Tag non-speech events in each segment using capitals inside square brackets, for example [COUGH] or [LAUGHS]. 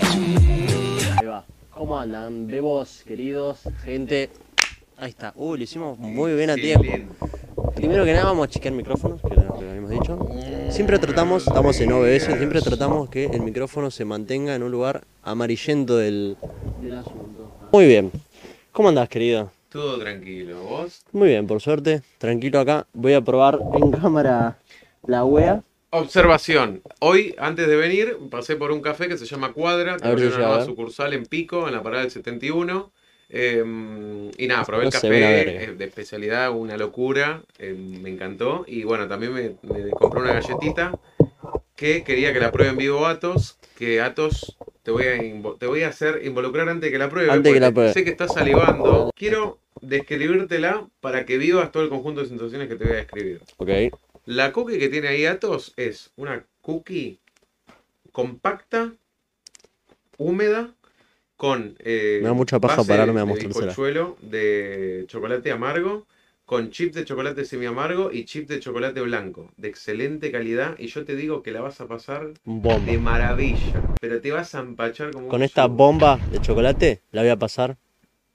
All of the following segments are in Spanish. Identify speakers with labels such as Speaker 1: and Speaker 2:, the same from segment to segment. Speaker 1: Ahí va. ¿Cómo andan? Bebos, queridos, gente. Ahí está. Uh, lo hicimos muy bien a tiempo. Primero que nada vamos a chequear micrófonos, que era lo que habíamos dicho. Siempre tratamos, estamos en OBS, siempre tratamos que el micrófono se mantenga en un lugar amarillento del, del asunto. Muy bien. ¿Cómo andás, querido?
Speaker 2: Todo tranquilo, vos.
Speaker 1: Muy bien, por suerte. Tranquilo acá. Voy a probar en cámara la wea.
Speaker 2: Observación. Hoy, antes de venir, pasé por un café que se llama Cuadra, que
Speaker 1: A ver si
Speaker 2: abrió
Speaker 1: llega,
Speaker 2: una
Speaker 1: a
Speaker 2: nueva
Speaker 1: ver.
Speaker 2: sucursal en Pico, en la parada del 71. Eh, y nada, probé
Speaker 1: Ah, No
Speaker 2: el
Speaker 1: se ve una
Speaker 2: café
Speaker 1: verga.
Speaker 2: eh, de especialidad, una locura, eh, me encantó. Y bueno, también me, me compré una galletita que quería que la pruebe en vivo Atos, que Atos te voy a, invo- te voy a hacer involucrar antes de que la pruebe.
Speaker 1: Antes de que
Speaker 2: porque
Speaker 1: la pruebe.
Speaker 2: Sé que estás salivando. Quiero describírtela para que vivas todo el conjunto de sensaciones que te voy a describir.
Speaker 1: Ok.
Speaker 2: La cookie que tiene ahí Atos es una cookie compacta, húmeda, con eh,
Speaker 1: Me da mucha paja
Speaker 2: base
Speaker 1: pararme a
Speaker 2: de
Speaker 1: mostrársela.
Speaker 2: bizcochuelo de chocolate amargo, con chip de chocolate semiamargo y chip de chocolate blanco, de excelente calidad, y yo te digo que la vas a pasar
Speaker 1: Bomba.
Speaker 2: de maravilla, pero te vas a empachar como un
Speaker 1: Con esta
Speaker 2: zorro.
Speaker 1: bomba de chocolate la voy a pasar.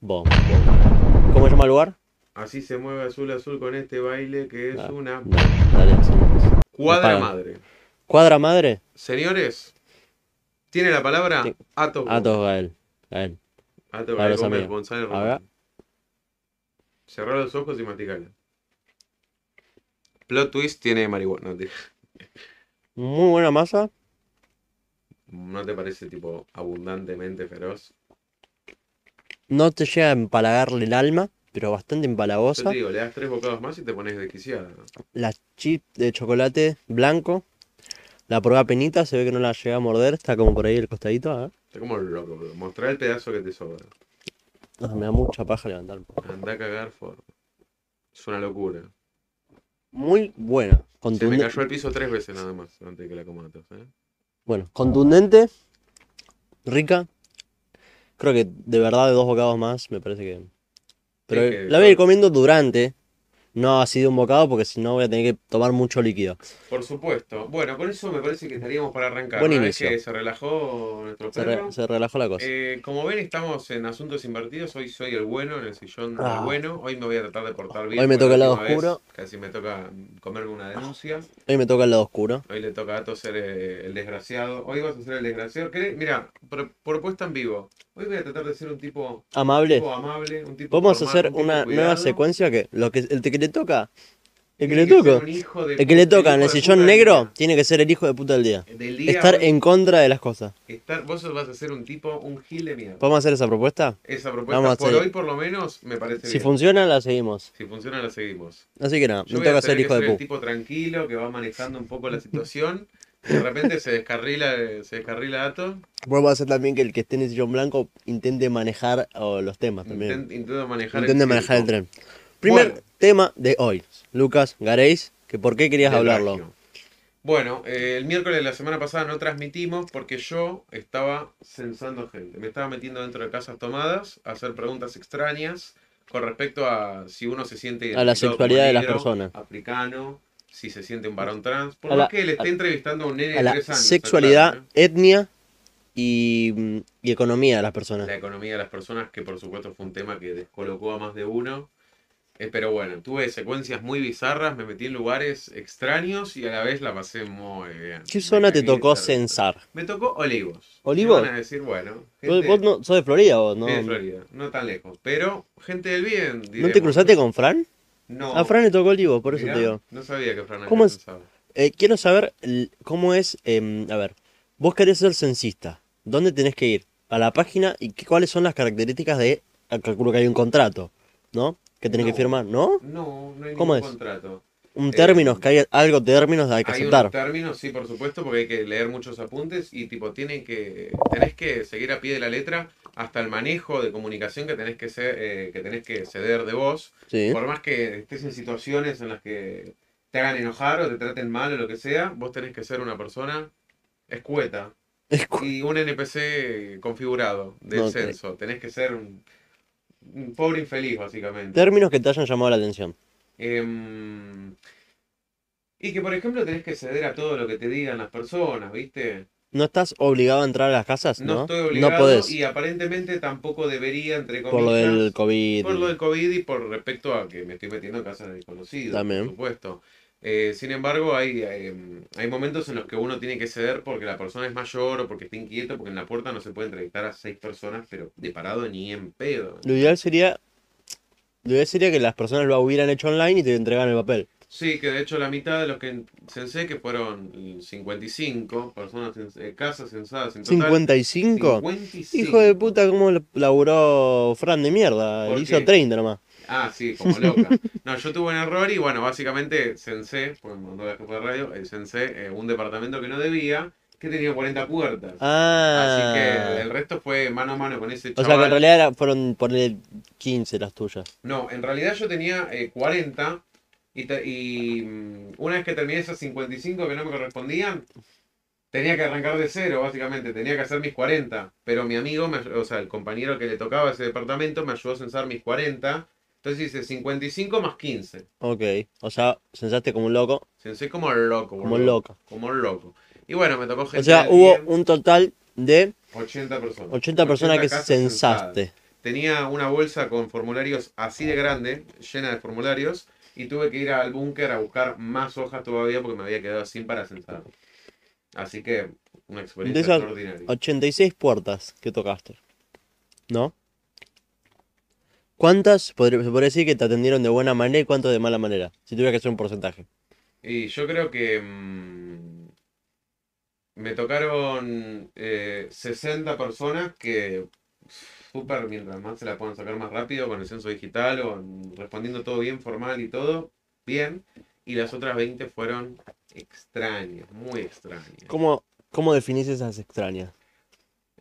Speaker 1: Bomba. ¿Cómo se llama el lugar?
Speaker 2: Así se mueve azul azul con este baile que es
Speaker 1: Ah,
Speaker 2: una
Speaker 1: no, dale, sí.
Speaker 2: cuadra
Speaker 1: pagan.
Speaker 2: madre.
Speaker 1: Cuadra madre.
Speaker 2: Señores, tiene la palabra
Speaker 1: Sí.
Speaker 2: Atos.
Speaker 1: Atos Gael. Gael.
Speaker 2: Atos
Speaker 1: Claro, esa
Speaker 2: Gómez
Speaker 1: mía.
Speaker 2: González
Speaker 1: A ver.
Speaker 2: Román. Cerrar los ojos y masticala. Plot twist tiene marihuana. No te,
Speaker 1: Muy buena masa.
Speaker 2: no te parece tipo abundantemente feroz.
Speaker 1: No te llega a empalagarle el alma, pero bastante
Speaker 2: Yo
Speaker 1: empalagosa.
Speaker 2: te digo, le das tres bocados más y te pones desquiciada.
Speaker 1: La chip de chocolate blanco. La probé a penita, se ve que no la llegué a morder. Está como por ahí el costadito. ¿eh? a ver.
Speaker 2: Está como loco, boludo. Mostrá el pedazo que te sobra.
Speaker 1: Ah, me da mucha paja levantarme.
Speaker 2: Andá a cagar, Ford. Es una locura.
Speaker 1: Muy buena.
Speaker 2: Se me
Speaker 1: Contundente.
Speaker 2: cayó al piso tres veces nada más antes de que la comas. ¿eh?
Speaker 1: Bueno, contundente. Rica. Creo que de verdad de dos bocados más me parece que... Pero
Speaker 2: Es que
Speaker 1: la voy a ir
Speaker 2: yo-
Speaker 1: comiendo durante. No así de un bocado porque si no voy a tener que tomar mucho líquido.
Speaker 2: Por supuesto. Bueno, con eso me parece que estaríamos para arrancar.
Speaker 1: Buen
Speaker 2: Una vez
Speaker 1: inicio.
Speaker 2: que se relajó nuestro
Speaker 1: Se, re-
Speaker 2: perro.
Speaker 1: se relajó la cosa.
Speaker 2: Eh, como ven, estamos en asuntos invertidos. Hoy soy el bueno, en el sillón del
Speaker 1: Ah.
Speaker 2: bueno. Hoy me voy a tratar de portar bien.
Speaker 1: Hoy me
Speaker 2: porque
Speaker 1: toca el
Speaker 2: la
Speaker 1: lado
Speaker 2: última vez
Speaker 1: oscuro.
Speaker 2: Casi me toca comerme una denuncia.
Speaker 1: Hoy me toca el lado oscuro.
Speaker 2: Hoy le toca a Ato ser eh, el desgraciado. Hoy vas a ser el desgraciado. ¿Querés? Mira, pro- propuesta en vivo. Hoy voy a tratar de ser un tipo, un
Speaker 1: Amable.
Speaker 2: tipo amable, un tipo.
Speaker 1: Vamos a
Speaker 2: formal,
Speaker 1: hacer
Speaker 2: un tipo
Speaker 1: una nueva
Speaker 2: cuidado.
Speaker 1: secuencia que, lo que el que le toca. El que
Speaker 2: Tiene
Speaker 1: le
Speaker 2: ser
Speaker 1: toca.
Speaker 2: un hijo de
Speaker 1: El que le
Speaker 2: puta,
Speaker 1: toca en
Speaker 2: hijo
Speaker 1: el
Speaker 2: de puta
Speaker 1: sillón
Speaker 2: del
Speaker 1: negro tiene que ser el hijo de puta del día.
Speaker 2: día. Del día,
Speaker 1: Estar
Speaker 2: vos-
Speaker 1: en contra de las cosas.
Speaker 2: estar- vos vas a ser un tipo, un gil de mierda.
Speaker 1: ¿Podemos hacer esa propuesta?
Speaker 2: Esa propuesta
Speaker 1: Vamos a
Speaker 2: por
Speaker 1: hacer-
Speaker 2: hoy, por lo menos, me parece
Speaker 1: Si
Speaker 2: bien.
Speaker 1: funciona, la seguimos.
Speaker 2: si funciona, la seguimos.
Speaker 1: Así que nada, me
Speaker 2: Yo voy a
Speaker 1: toca
Speaker 2: tener
Speaker 1: ser
Speaker 2: que
Speaker 1: hijo
Speaker 2: ser
Speaker 1: de
Speaker 2: el
Speaker 1: pu.
Speaker 2: tipo tranquilo que va manejando un
Speaker 1: [LAUGHS]
Speaker 2: poco la situación. De repente se descarrila, eh, se descarrila Ato.
Speaker 1: Vamos a hacer también que el que esté en el sillón blanco intente manejar oh, los temas también.
Speaker 2: Intent- Intento manejar
Speaker 1: Intente
Speaker 2: circo
Speaker 1: manejar el tren. Primer
Speaker 2: Bueno.
Speaker 1: tema de hoy. Lucas Gareis, que por qué querías
Speaker 2: del
Speaker 1: hablarlo.
Speaker 2: Ragio. Bueno, eh, el miércoles de la semana pasada no transmitimos porque yo estaba censando gente. Me estaba metiendo dentro de casas tomadas a hacer preguntas extrañas con respecto a si uno se siente.
Speaker 1: A la
Speaker 2: identificado como
Speaker 1: sexualidad de las
Speaker 2: negro,
Speaker 1: personas.
Speaker 2: Africano, si se siente un varón trans. Por
Speaker 1: A
Speaker 2: más
Speaker 1: la-
Speaker 2: que le esté
Speaker 1: a-
Speaker 2: entrevistando a un nene
Speaker 1: A
Speaker 2: de
Speaker 1: la
Speaker 2: tres años.
Speaker 1: sexualidad,
Speaker 2: aclaro, ¿eh?
Speaker 1: etnia y, mm, y economía de las personas.
Speaker 2: la economía de las personas, que por supuesto fue un tema que descolocó a más de uno. Eh, pero bueno, tuve secuencias muy bizarras, me metí en lugares extraños y a la vez la pasé muy bien.
Speaker 1: ¿Qué
Speaker 2: Me
Speaker 1: zona te
Speaker 2: cagué de
Speaker 1: tocó
Speaker 2: estar-
Speaker 1: censar?
Speaker 2: Me tocó Olivos.
Speaker 1: ¿Olivos?
Speaker 2: Me van a decir, bueno,
Speaker 1: Vos-
Speaker 2: gente
Speaker 1: Vos no, sos de Florida vos, ¿no?
Speaker 2: sí, de Florida, no tan lejos, pero gente del bien.
Speaker 1: ¿No
Speaker 2: diremos.
Speaker 1: te cruzaste con Fran?
Speaker 2: No.
Speaker 1: A Fran le tocó olivo, por eso
Speaker 2: mirá,
Speaker 1: te digo.
Speaker 2: No sabía que Fran
Speaker 1: ¿Cómo
Speaker 2: había
Speaker 1: es?
Speaker 2: pensado.
Speaker 1: Eh, quiero saber el- cómo es, em, a ver, vos querés ser censista, ¿dónde tenés que ir? ¿A la página? ¿Y qué- cuáles son las características de, ah, calculo que hay un contrato, ¿no? Que tenés que
Speaker 2: No.
Speaker 1: firmar, ¿no?
Speaker 2: No, no hay
Speaker 1: ¿Cómo
Speaker 2: ningún
Speaker 1: es?
Speaker 2: contrato.
Speaker 1: Un
Speaker 2: Eh,
Speaker 1: términos, que hay algo de términos hay que
Speaker 2: Hay
Speaker 1: aceptar.
Speaker 2: unos términos, sí, por supuesto, porque hay que leer muchos apuntes y tipo tienen que tenés que seguir a pie de la letra hasta el manejo de comunicación que tenés que ser, eh, que tenés que ceder de vos,
Speaker 1: Sí. [LAUGHS]
Speaker 2: por más que estés en situaciones en las que te hagan enojar o te traten mal o lo que sea, vos tenés que ser una persona escueta, y un NPC configurado del
Speaker 1: Ok.
Speaker 2: censo. Tenés que ser un, un pobre infeliz, básicamente.
Speaker 1: Términos que te hayan llamado la atención.
Speaker 2: Em, y que, por ejemplo, tenés que ceder a todo lo que te digan las personas, ¿viste?
Speaker 1: No estás obligado a entrar a las casas, ¿no?
Speaker 2: No, estoy obligado
Speaker 1: No podés.
Speaker 2: y aparentemente tampoco debería, entre
Speaker 1: Por lo del COVID.
Speaker 2: comillas, por lo del COVID y por respecto a que me estoy metiendo en casa de desconocidos,
Speaker 1: También.
Speaker 2: por supuesto. Eh, sin embargo, hay, hay, hay momentos en los que uno tiene que ceder porque la persona es mayor o porque está inquieto, porque en la puerta no se puede entrevistar a seis personas, pero de parado ni en pedo.
Speaker 1: Lo ideal sería. Lo ideal sería que las personas lo hubieran hecho online y te entregaran el papel.
Speaker 2: Sí, que de hecho la mitad de los que censé, que fueron 55 personas, cens- eh, casas censadas en total.
Speaker 1: ¿55?
Speaker 2: 55.
Speaker 1: Hijo de puta, ¿cómo lo- laburó Fran de mierda?
Speaker 2: ¿Por
Speaker 1: Hizo
Speaker 2: qué?
Speaker 1: 30 nomás.
Speaker 2: Ah, sí, como loca. No, yo tuve un error y bueno, básicamente censé, porque me mandó la jefa de radio, eh, censé eh, un departamento que no debía, que tenía 40 puertas. Así que
Speaker 1: Ah.
Speaker 2: el resto fue mano a mano con ese
Speaker 1: O sea que en
Speaker 2: chaval.
Speaker 1: realidad era- fueron poner 15 las tuyas.
Speaker 2: No, en realidad yo tenía eh, 40 y, te- y, mm, una vez que terminé esas 55 que no me correspondían, tenía que arrancar de cero, básicamente, tenía que hacer mis 40. Pero mi amigo, me ay- o sea, el compañero que le tocaba ese departamento me ayudó a censar mis 40. Entonces hice 55 más 15.
Speaker 1: Ok. O sea, sensaste como un loco.
Speaker 2: Censé como loco,
Speaker 1: Como un
Speaker 2: boludo.
Speaker 1: loco.
Speaker 2: Como loco. Y bueno, me tocó gente
Speaker 1: O sea,
Speaker 2: del
Speaker 1: hubo
Speaker 2: bien,
Speaker 1: un total de
Speaker 2: 80 personas.
Speaker 1: 80 personas que
Speaker 2: casas censadas.
Speaker 1: censaste.
Speaker 2: Tenía una bolsa con formularios así de grande, llena de formularios, y tuve que ir al búnker a buscar más hojas todavía porque me había quedado sin para censar. Así que, una experiencia
Speaker 1: esas-
Speaker 2: extraordinaria.
Speaker 1: 86 puertas que tocaste. ¿No? ¿Cuántas podr- se podría decir que te atendieron de buena manera y cuántas de mala manera? Si tuviera que hacer un porcentaje.
Speaker 2: Y yo creo que mm, me tocaron eh, 60 personas que, súper, mientras más se la puedan sacar más rápido con el censo digital o en- respondiendo todo bien, formal y todo, bien. Y las otras 20 fueron extrañas, muy extrañas.
Speaker 1: ¿Cómo, cómo definís esas extrañas?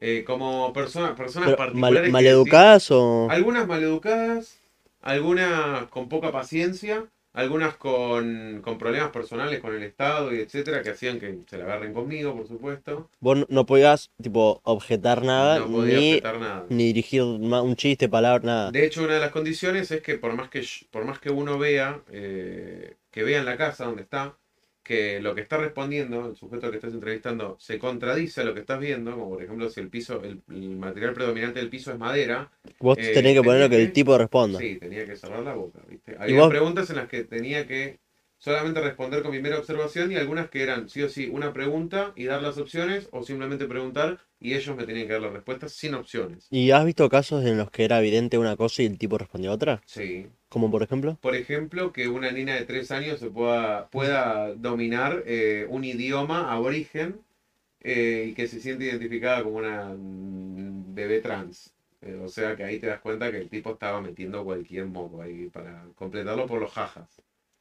Speaker 2: Eh, como persona- personas
Speaker 1: Pero, mal-
Speaker 2: particulares. que
Speaker 1: ¿Maleducadas o...?
Speaker 2: decís, algunas maleducadas, algunas con poca paciencia, algunas con, con problemas personales con el Estado y etcétera, que hacían que se la agarren conmigo, por supuesto.
Speaker 1: Vos no- no podías, tipo, objetar nada,
Speaker 2: No podía
Speaker 1: ni,
Speaker 2: aceptar nada.
Speaker 1: ni dirigir ma- un chiste, palabra, nada.
Speaker 2: De hecho, una de las condiciones es que por más que, sh- por más que uno vea, eh, que vea en la casa donde está, que lo que está respondiendo, el sujeto al que estás entrevistando, se contradice a lo que estás viendo, como por ejemplo si el piso, el- el material predominante del piso es madera,
Speaker 1: Vos
Speaker 2: eh,
Speaker 1: tenés que poner lo que el
Speaker 2: tenés-
Speaker 1: tipo responda.
Speaker 2: Sí, tenía que cerrar la boca, ¿viste? Había
Speaker 1: vos-
Speaker 2: preguntas en las que tenía que solamente responder con mi mera observación y algunas que eran sí o sí una pregunta y dar las opciones o simplemente preguntar y ellos me tenían que dar las respuestas sin opciones.
Speaker 1: ¿Y has visto casos en los que era evidente una cosa y el tipo respondió otra?
Speaker 2: Sí.
Speaker 1: Como por ejemplo.
Speaker 2: Por ejemplo, que una niña de tres años se pueda, pueda dominar eh, un idioma aborigen eh, y que se siente identificada como una mm, bebé trans. Eh, o sea que ahí te das cuenta que el tipo estaba metiendo cualquier moco ahí para completarlo por los jajas.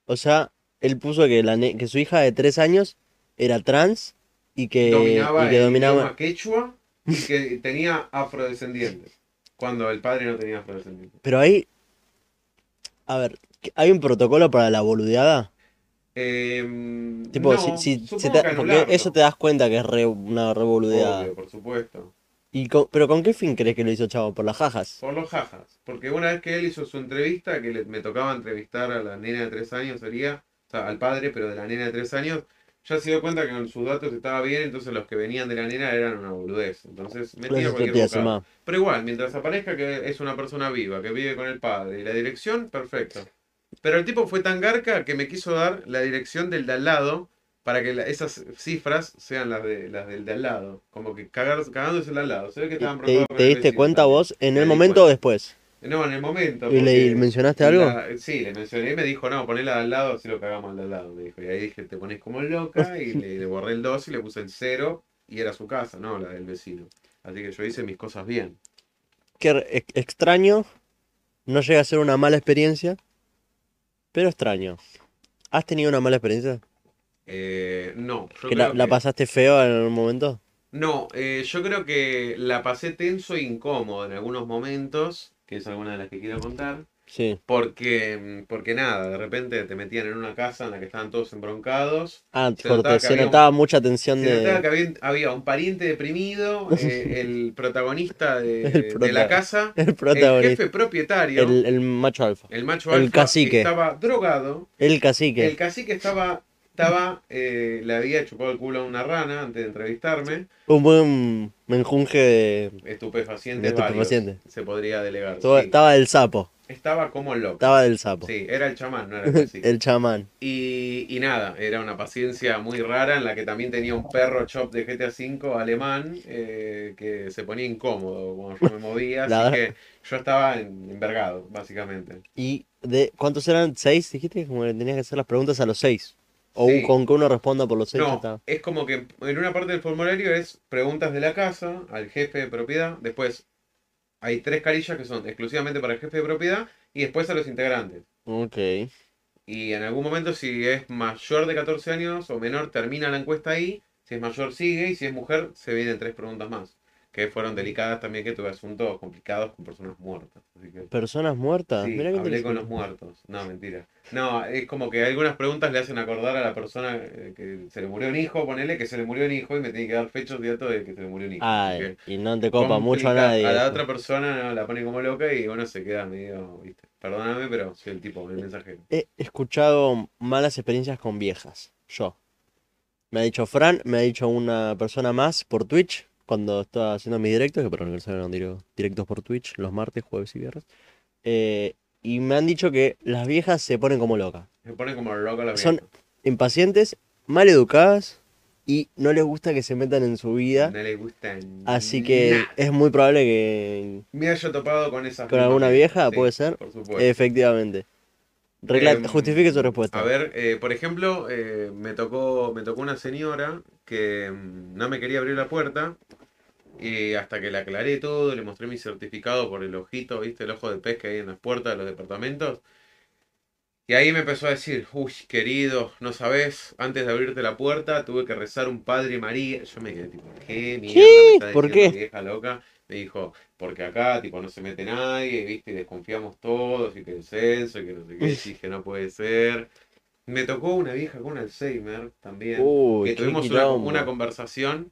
Speaker 1: O sea, él puso que, la ne- que su hija de 3 años era trans y que
Speaker 2: dominaba
Speaker 1: y que
Speaker 2: el
Speaker 1: dominaba-
Speaker 2: idioma quechua y que tenía afrodescendientes. Cuando el padre no tenía afrodescendientes.
Speaker 1: Pero ahí. A ver, ¿qué- ¿hay un protocolo para la boludeada?
Speaker 2: Eh,
Speaker 1: Tipo,
Speaker 2: no,
Speaker 1: si, si- si
Speaker 2: supongo
Speaker 1: te-
Speaker 2: que
Speaker 1: porque
Speaker 2: anularlo.
Speaker 1: eso te das cuenta que es re- una re boludeada.
Speaker 2: Obvio, por supuesto.
Speaker 1: Y con- ¿Pero con qué fin crees que lo hizo Chavo? ¿Por las jajas?
Speaker 2: Por los jajas. Porque una vez que él hizo su entrevista, que le- me tocaba entrevistar a la nena de tres años, sería, o sea, al padre, pero de la nena de tres años, ya se dio cuenta que con sus datos estaba bien, entonces los que venían de la nena eran una boludez. Entonces,
Speaker 1: Por
Speaker 2: metía
Speaker 1: eso te
Speaker 2: cualquier
Speaker 1: pidas,
Speaker 2: bocado.
Speaker 1: ma.
Speaker 2: Pero igual, mientras aparezca que es una persona viva, que vive con el padre y la dirección, perfecto. Pero el tipo fue tan garca que me quiso dar la dirección del de al lado para que la- esas cifras sean las, de, las del de al lado. Como que cagar, cagándose el de al lado. Se ve que estaban
Speaker 1: ¿Te,
Speaker 2: preocupados con
Speaker 1: te
Speaker 2: el
Speaker 1: diste
Speaker 2: vecino
Speaker 1: cuenta
Speaker 2: también.
Speaker 1: vos en
Speaker 2: Me
Speaker 1: el
Speaker 2: di
Speaker 1: momento o después?
Speaker 2: No, en el momento.
Speaker 1: ¿Y le
Speaker 2: porque
Speaker 1: mencionaste algo?
Speaker 2: la- sí, le mencioné y me dijo, no, ponela de al lado, así lo cagamos al de al lado. Me dijo. Y ahí dije, te pones
Speaker 1: [LAUGHS]
Speaker 2: como loca y le, le borré el 2 y le puse el 0 y era su casa, no la del vecino. Así que yo hice mis cosas bien.
Speaker 1: que re- ex- extraño, no llega a ser una mala experiencia, pero extraño. ¿Has tenido una mala experiencia?
Speaker 2: Eh, no, yo
Speaker 1: ¿Que la,
Speaker 2: creo
Speaker 1: la
Speaker 2: que-
Speaker 1: pasaste feo en algún momento?
Speaker 2: no, eh, yo creo que la pasé tenso e incómodo en algunos momentos, que es alguna de las que quiero contar.
Speaker 1: Sí.
Speaker 2: Porque, mm, porque nada, de repente te metían en una casa en la que estaban todos embroncados.
Speaker 1: Ah,
Speaker 2: Se
Speaker 1: corte,
Speaker 2: notaba que
Speaker 1: se
Speaker 2: había un-
Speaker 1: notaba mucha tensión
Speaker 2: Se notaba
Speaker 1: de.
Speaker 2: que había, había un
Speaker 1: [LAUGHS]
Speaker 2: pariente deprimido, eh, el protagonista de,
Speaker 1: El
Speaker 2: de la
Speaker 1: prota-
Speaker 2: casa,
Speaker 1: [LAUGHS] El
Speaker 2: el
Speaker 1: protagonista.
Speaker 2: jefe propietario,
Speaker 1: El,
Speaker 2: el,
Speaker 1: el macho alfa.
Speaker 2: macho
Speaker 1: el
Speaker 2: alfa, que
Speaker 1: cacique.
Speaker 2: estaba drogado.
Speaker 1: El cacique.
Speaker 2: El cacique estaba, estaba eh, le había chupado el culo a una rana antes de entrevistarme.
Speaker 1: Un buen menjunje de.
Speaker 2: Estupefaciente,
Speaker 1: Estupefaciente.
Speaker 2: varios, se podría delegar.
Speaker 1: todo-
Speaker 2: sí.
Speaker 1: Estaba del sapo.
Speaker 2: Estaba como loco.
Speaker 1: Estaba del sapo.
Speaker 2: Sí, era el
Speaker 1: [LAUGHS]
Speaker 2: chamán, no era el cacique.
Speaker 1: El chamán.
Speaker 2: Y, y nada, era una paciencia muy rara en la que también tenía un perro chop de GTA V alemán eh, que se ponía incómodo cuando yo me movía, así
Speaker 1: La-
Speaker 2: que yo estaba en- envergado, básicamente.
Speaker 1: ¿Y de cuántos eran? ¿Seis? Dijiste que como le tenías que hacer las preguntas a los seis. O
Speaker 2: Sí.
Speaker 1: un- con que uno responda por los seis. ya
Speaker 2: No,
Speaker 1: está.
Speaker 2: es como que en una parte del formulario es preguntas de la casa al jefe de propiedad, después hay tres carillas que son exclusivamente para el jefe de propiedad y después a los integrantes.
Speaker 1: Ok.
Speaker 2: Y en algún momento si es mayor de 14 años o menor termina la encuesta ahí, si es mayor sigue y si es mujer se vienen tres preguntas más, que fueron delicadas también que tuve asuntos complicados con personas muertas. Así que
Speaker 1: Personas muertas.
Speaker 2: sí,
Speaker 1: Ah, Mirá qué
Speaker 2: hablé con
Speaker 1: interesante.
Speaker 2: los muertos. No, mentira. No, es como que algunas preguntas le hacen acordar a la persona eh, que se le murió un hijo, ponele que se le murió un hijo y me tiene que dar fecha o dato de que se le murió un hijo. Así
Speaker 1: Ay,
Speaker 2: que
Speaker 1: y no te copa mucho a
Speaker 2: complica-
Speaker 1: nadie.
Speaker 2: A la
Speaker 1: eso.
Speaker 2: otra persona no, la pone como loca y uno se queda medio, viste, perdóname, pero soy el tipo, el mensajero.
Speaker 1: He escuchado malas experiencias con viejas. Yo. Me ha dicho Fran, me ha dicho una persona más por Twitch cuando estaba haciendo mis directos, que para los que no saben, hago dire- directos por Twitch los martes, jueves y viernes. Eh, y me han dicho que las viejas se ponen como locas.
Speaker 2: Se pone como loca la
Speaker 1: Son
Speaker 2: vieja.
Speaker 1: impacientes, mal educadas y no les gusta que se metan en su vida.
Speaker 2: No le gustan.
Speaker 1: Así que
Speaker 2: nada.
Speaker 1: es muy probable que
Speaker 2: Me haya topado con esas.
Speaker 1: con
Speaker 2: mismas
Speaker 1: alguna
Speaker 2: cosas.
Speaker 1: vieja,
Speaker 2: Sí,
Speaker 1: puede ser.
Speaker 2: Por supuesto.
Speaker 1: Efectivamente. Regla-
Speaker 2: Em,
Speaker 1: justifique su respuesta.
Speaker 2: A ver, eh, por ejemplo, eh, me tocó, me tocó una señora que mm, no me quería abrir la puerta. Y hasta que le aclaré todo, le mostré mi certificado por el ojito, ¿viste? El ojo de pez que hay en las puertas de los departamentos. Y ahí me empezó a decir, uy, querido, no sabes, antes de abrirte la puerta tuve que rezar un Padre María. Yo me quedé tipo, ¿qué mierda me está
Speaker 1: ¿Por
Speaker 2: diciendo,
Speaker 1: qué?
Speaker 2: vieja loca? Me dijo, porque acá, tipo, no se mete nadie, ¿viste? Y desconfiamos todos, y que el censo, y que no sé qué, y dije, no puede ser. Me tocó una vieja con Alzheimer también,
Speaker 1: Uy,
Speaker 2: que
Speaker 1: qué
Speaker 2: tuvimos una,
Speaker 1: quilombo.
Speaker 2: una conversación.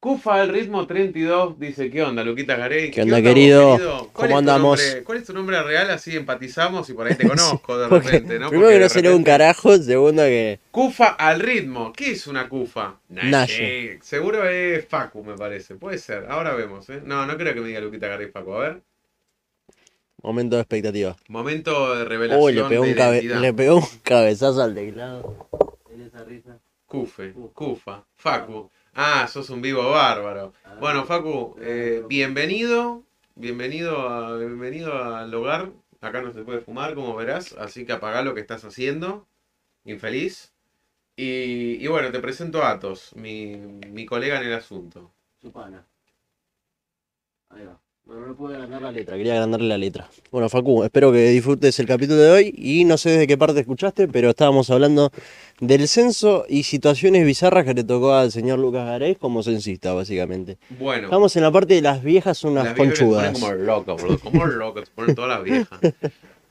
Speaker 2: Cufa al ritmo 32 dice, ¿qué onda, Luquita Garey?
Speaker 1: ¿Qué onda,
Speaker 2: vos,
Speaker 1: querido?
Speaker 2: ¿Cuál
Speaker 1: ¿Cómo
Speaker 2: es tu
Speaker 1: andamos?
Speaker 2: nombre- ¿Cuál es tu nombre real? Así empatizamos y
Speaker 1: [LAUGHS]
Speaker 2: por ahí te conozco de
Speaker 1: Porque-
Speaker 2: repente, ¿no?
Speaker 1: Primero
Speaker 2: Porque
Speaker 1: que no
Speaker 2: de
Speaker 1: se lee un
Speaker 2: repente-
Speaker 1: carajo, segundo que.
Speaker 2: Cufa al ritmo. ¿Qué es una cufa? No
Speaker 1: Naye.
Speaker 2: sé. Seguro es Facu, me parece. Puede ser. Ahora vemos, ¿eh? No, no creo que me diga Luquita Garey Facu. A ver.
Speaker 1: Momento de expectativa.
Speaker 2: Momento de revelación
Speaker 1: Uy, le pegó,
Speaker 2: de
Speaker 1: un cabe-
Speaker 2: identidad.
Speaker 1: le pegó un cabezazo al teclado. En esa risa.
Speaker 2: Cufe, Cufa, Facu. Ah, sos un vivo bárbaro. Bueno, Facu, eh, bienvenido. Bienvenido, a- bienvenido al hogar. Acá no se puede fumar, como verás. Así que apagá lo que estás haciendo. Infeliz. Y, y bueno, te presento a Atos, mi, mi colega en el asunto.
Speaker 1: Chupana. Ahí va. Bueno, no pude agrandar la letra, quería agrandarle la letra. Bueno, Facu, espero que disfrutes el capítulo de hoy y no sé desde qué parte escuchaste, pero estábamos hablando del censo y situaciones bizarras que le tocó al señor Lucas Garay como censista, básicamente.
Speaker 2: Bueno,
Speaker 1: Estamos en la parte de las viejas son unas
Speaker 2: las viejas que se ponen
Speaker 1: conchudas.
Speaker 2: como locas, boludo. Como locas, se ponen todas las viejas.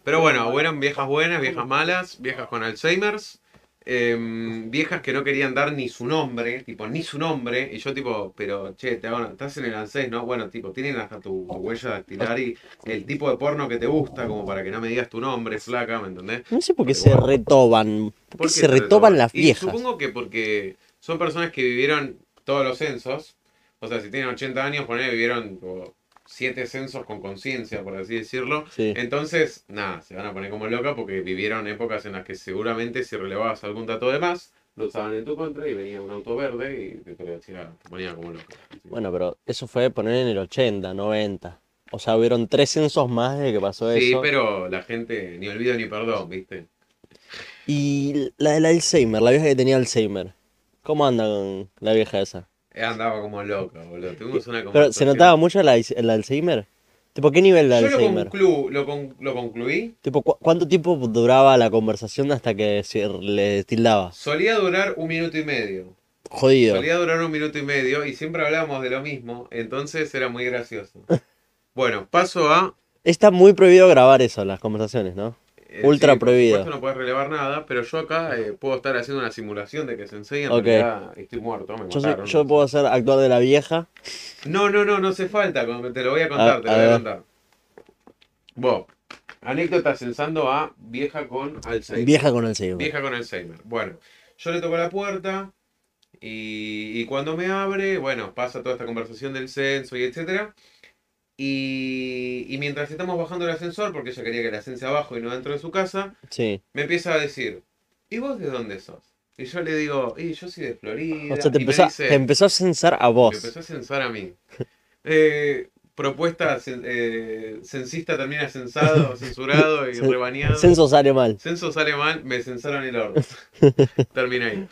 Speaker 2: Pero bueno, eran viejas buenas, viejas malas, viejas con Alzheimer's, em, viejas que no querían dar ni su nombre, tipo, ni su nombre. Y yo, tipo, pero che, te hago- estás en el ANSES, ¿no? Bueno, tipo, tienen hasta tu, tu huella dactilar y el tipo de porno que te gusta, como para que no me digas tu nombre, flaca, ¿me entendés?
Speaker 1: No sé por qué
Speaker 2: Porque,
Speaker 1: se
Speaker 2: bueno.
Speaker 1: retoban. ¿Por qué
Speaker 2: ¿Por qué
Speaker 1: se
Speaker 2: te
Speaker 1: retoban las
Speaker 2: Y
Speaker 1: viejas?
Speaker 2: supongo que porque son personas que vivieron todos los censos. O sea, si tienen 80 años, ponele, vivieron como siete censos con conciencia, por así decirlo.
Speaker 1: Sí.
Speaker 2: Entonces, nada, se van a poner como loca porque vivieron épocas en las que seguramente si relevabas algún dato de más, lo usaban en tu contra y venía un auto verde y te, te hacía- te ponía como loca.
Speaker 1: Bueno, pero eso fue poner en el 80, 90. O sea, hubieron tres censos más desde que pasó
Speaker 2: Sí,
Speaker 1: eso.
Speaker 2: pero la gente, ni olvido ni perdón, ¿viste?
Speaker 1: Y la del Alzheimer, la vieja que tenía Alzheimer. ¿Cómo anda con la vieja esa?
Speaker 2: Andaba como loca, boludo. Tuvimos una
Speaker 1: Pero se
Speaker 2: conversación.
Speaker 1: notaba mucho la, el Alzheimer. Tipo, ¿qué nivel de
Speaker 2: Yo lo,
Speaker 1: Alzheimer?
Speaker 2: conclu- lo, con- lo concluí
Speaker 1: Tipo, ¿cu- ¿cuánto tiempo duraba la conversación hasta que se le tildaba?
Speaker 2: Solía durar un minuto y medio.
Speaker 1: Jodido.
Speaker 2: Solía durar un minuto
Speaker 1: [LAUGHS]
Speaker 2: y medio y siempre hablábamos de lo mismo, entonces era muy gracioso. Bueno, paso a
Speaker 1: Está muy prohibido grabar eso, las conversaciones, ¿no?
Speaker 2: Eh,
Speaker 1: Ultra
Speaker 2: sí, por
Speaker 1: prohibido.
Speaker 2: supuesto no puedes relevar nada, pero yo acá eh, puedo estar haciendo una simulación de que se enseña, en
Speaker 1: Ok.
Speaker 2: realidad estoy muerto, me
Speaker 1: Yo, soy-
Speaker 2: mataron.
Speaker 1: yo puedo hacer actuar de la vieja.
Speaker 2: No, no, no, no hace falta, como te lo voy a contar,
Speaker 1: A-
Speaker 2: te
Speaker 1: Ah, a
Speaker 2: lo voy a
Speaker 1: ver.
Speaker 2: contar. Vos, anécdota censando a vieja con Alzheimer.
Speaker 1: Vieja con Alzheimer.
Speaker 2: Vieja con Alzheimer. Bueno, yo le toco la puerta y, y cuando me abre, bueno, pasa toda esta conversación del censo y etcétera. Y, y mientras estamos bajando el ascensor, porque ella quería que el ascense abajo y no dentro de su casa,
Speaker 1: Sí.
Speaker 2: me empieza a decir, ¿y vos de dónde sos? Y yo le digo, y yo soy de Florida.
Speaker 1: O sea, te
Speaker 2: Y me
Speaker 1: empezó,
Speaker 2: dice-
Speaker 1: te empezó a censar a
Speaker 2: me
Speaker 1: vos.
Speaker 2: empezó a censar a mí. [LAUGHS] Eh, propuesta cen- eh, censista termina censado, censurado
Speaker 1: [LAUGHS]
Speaker 2: y
Speaker 1: Cen-
Speaker 2: rebañado.
Speaker 1: Censo sale mal.
Speaker 2: Censo sale mal, me censaron
Speaker 1: [LAUGHS]
Speaker 2: el orto. Termina ahí.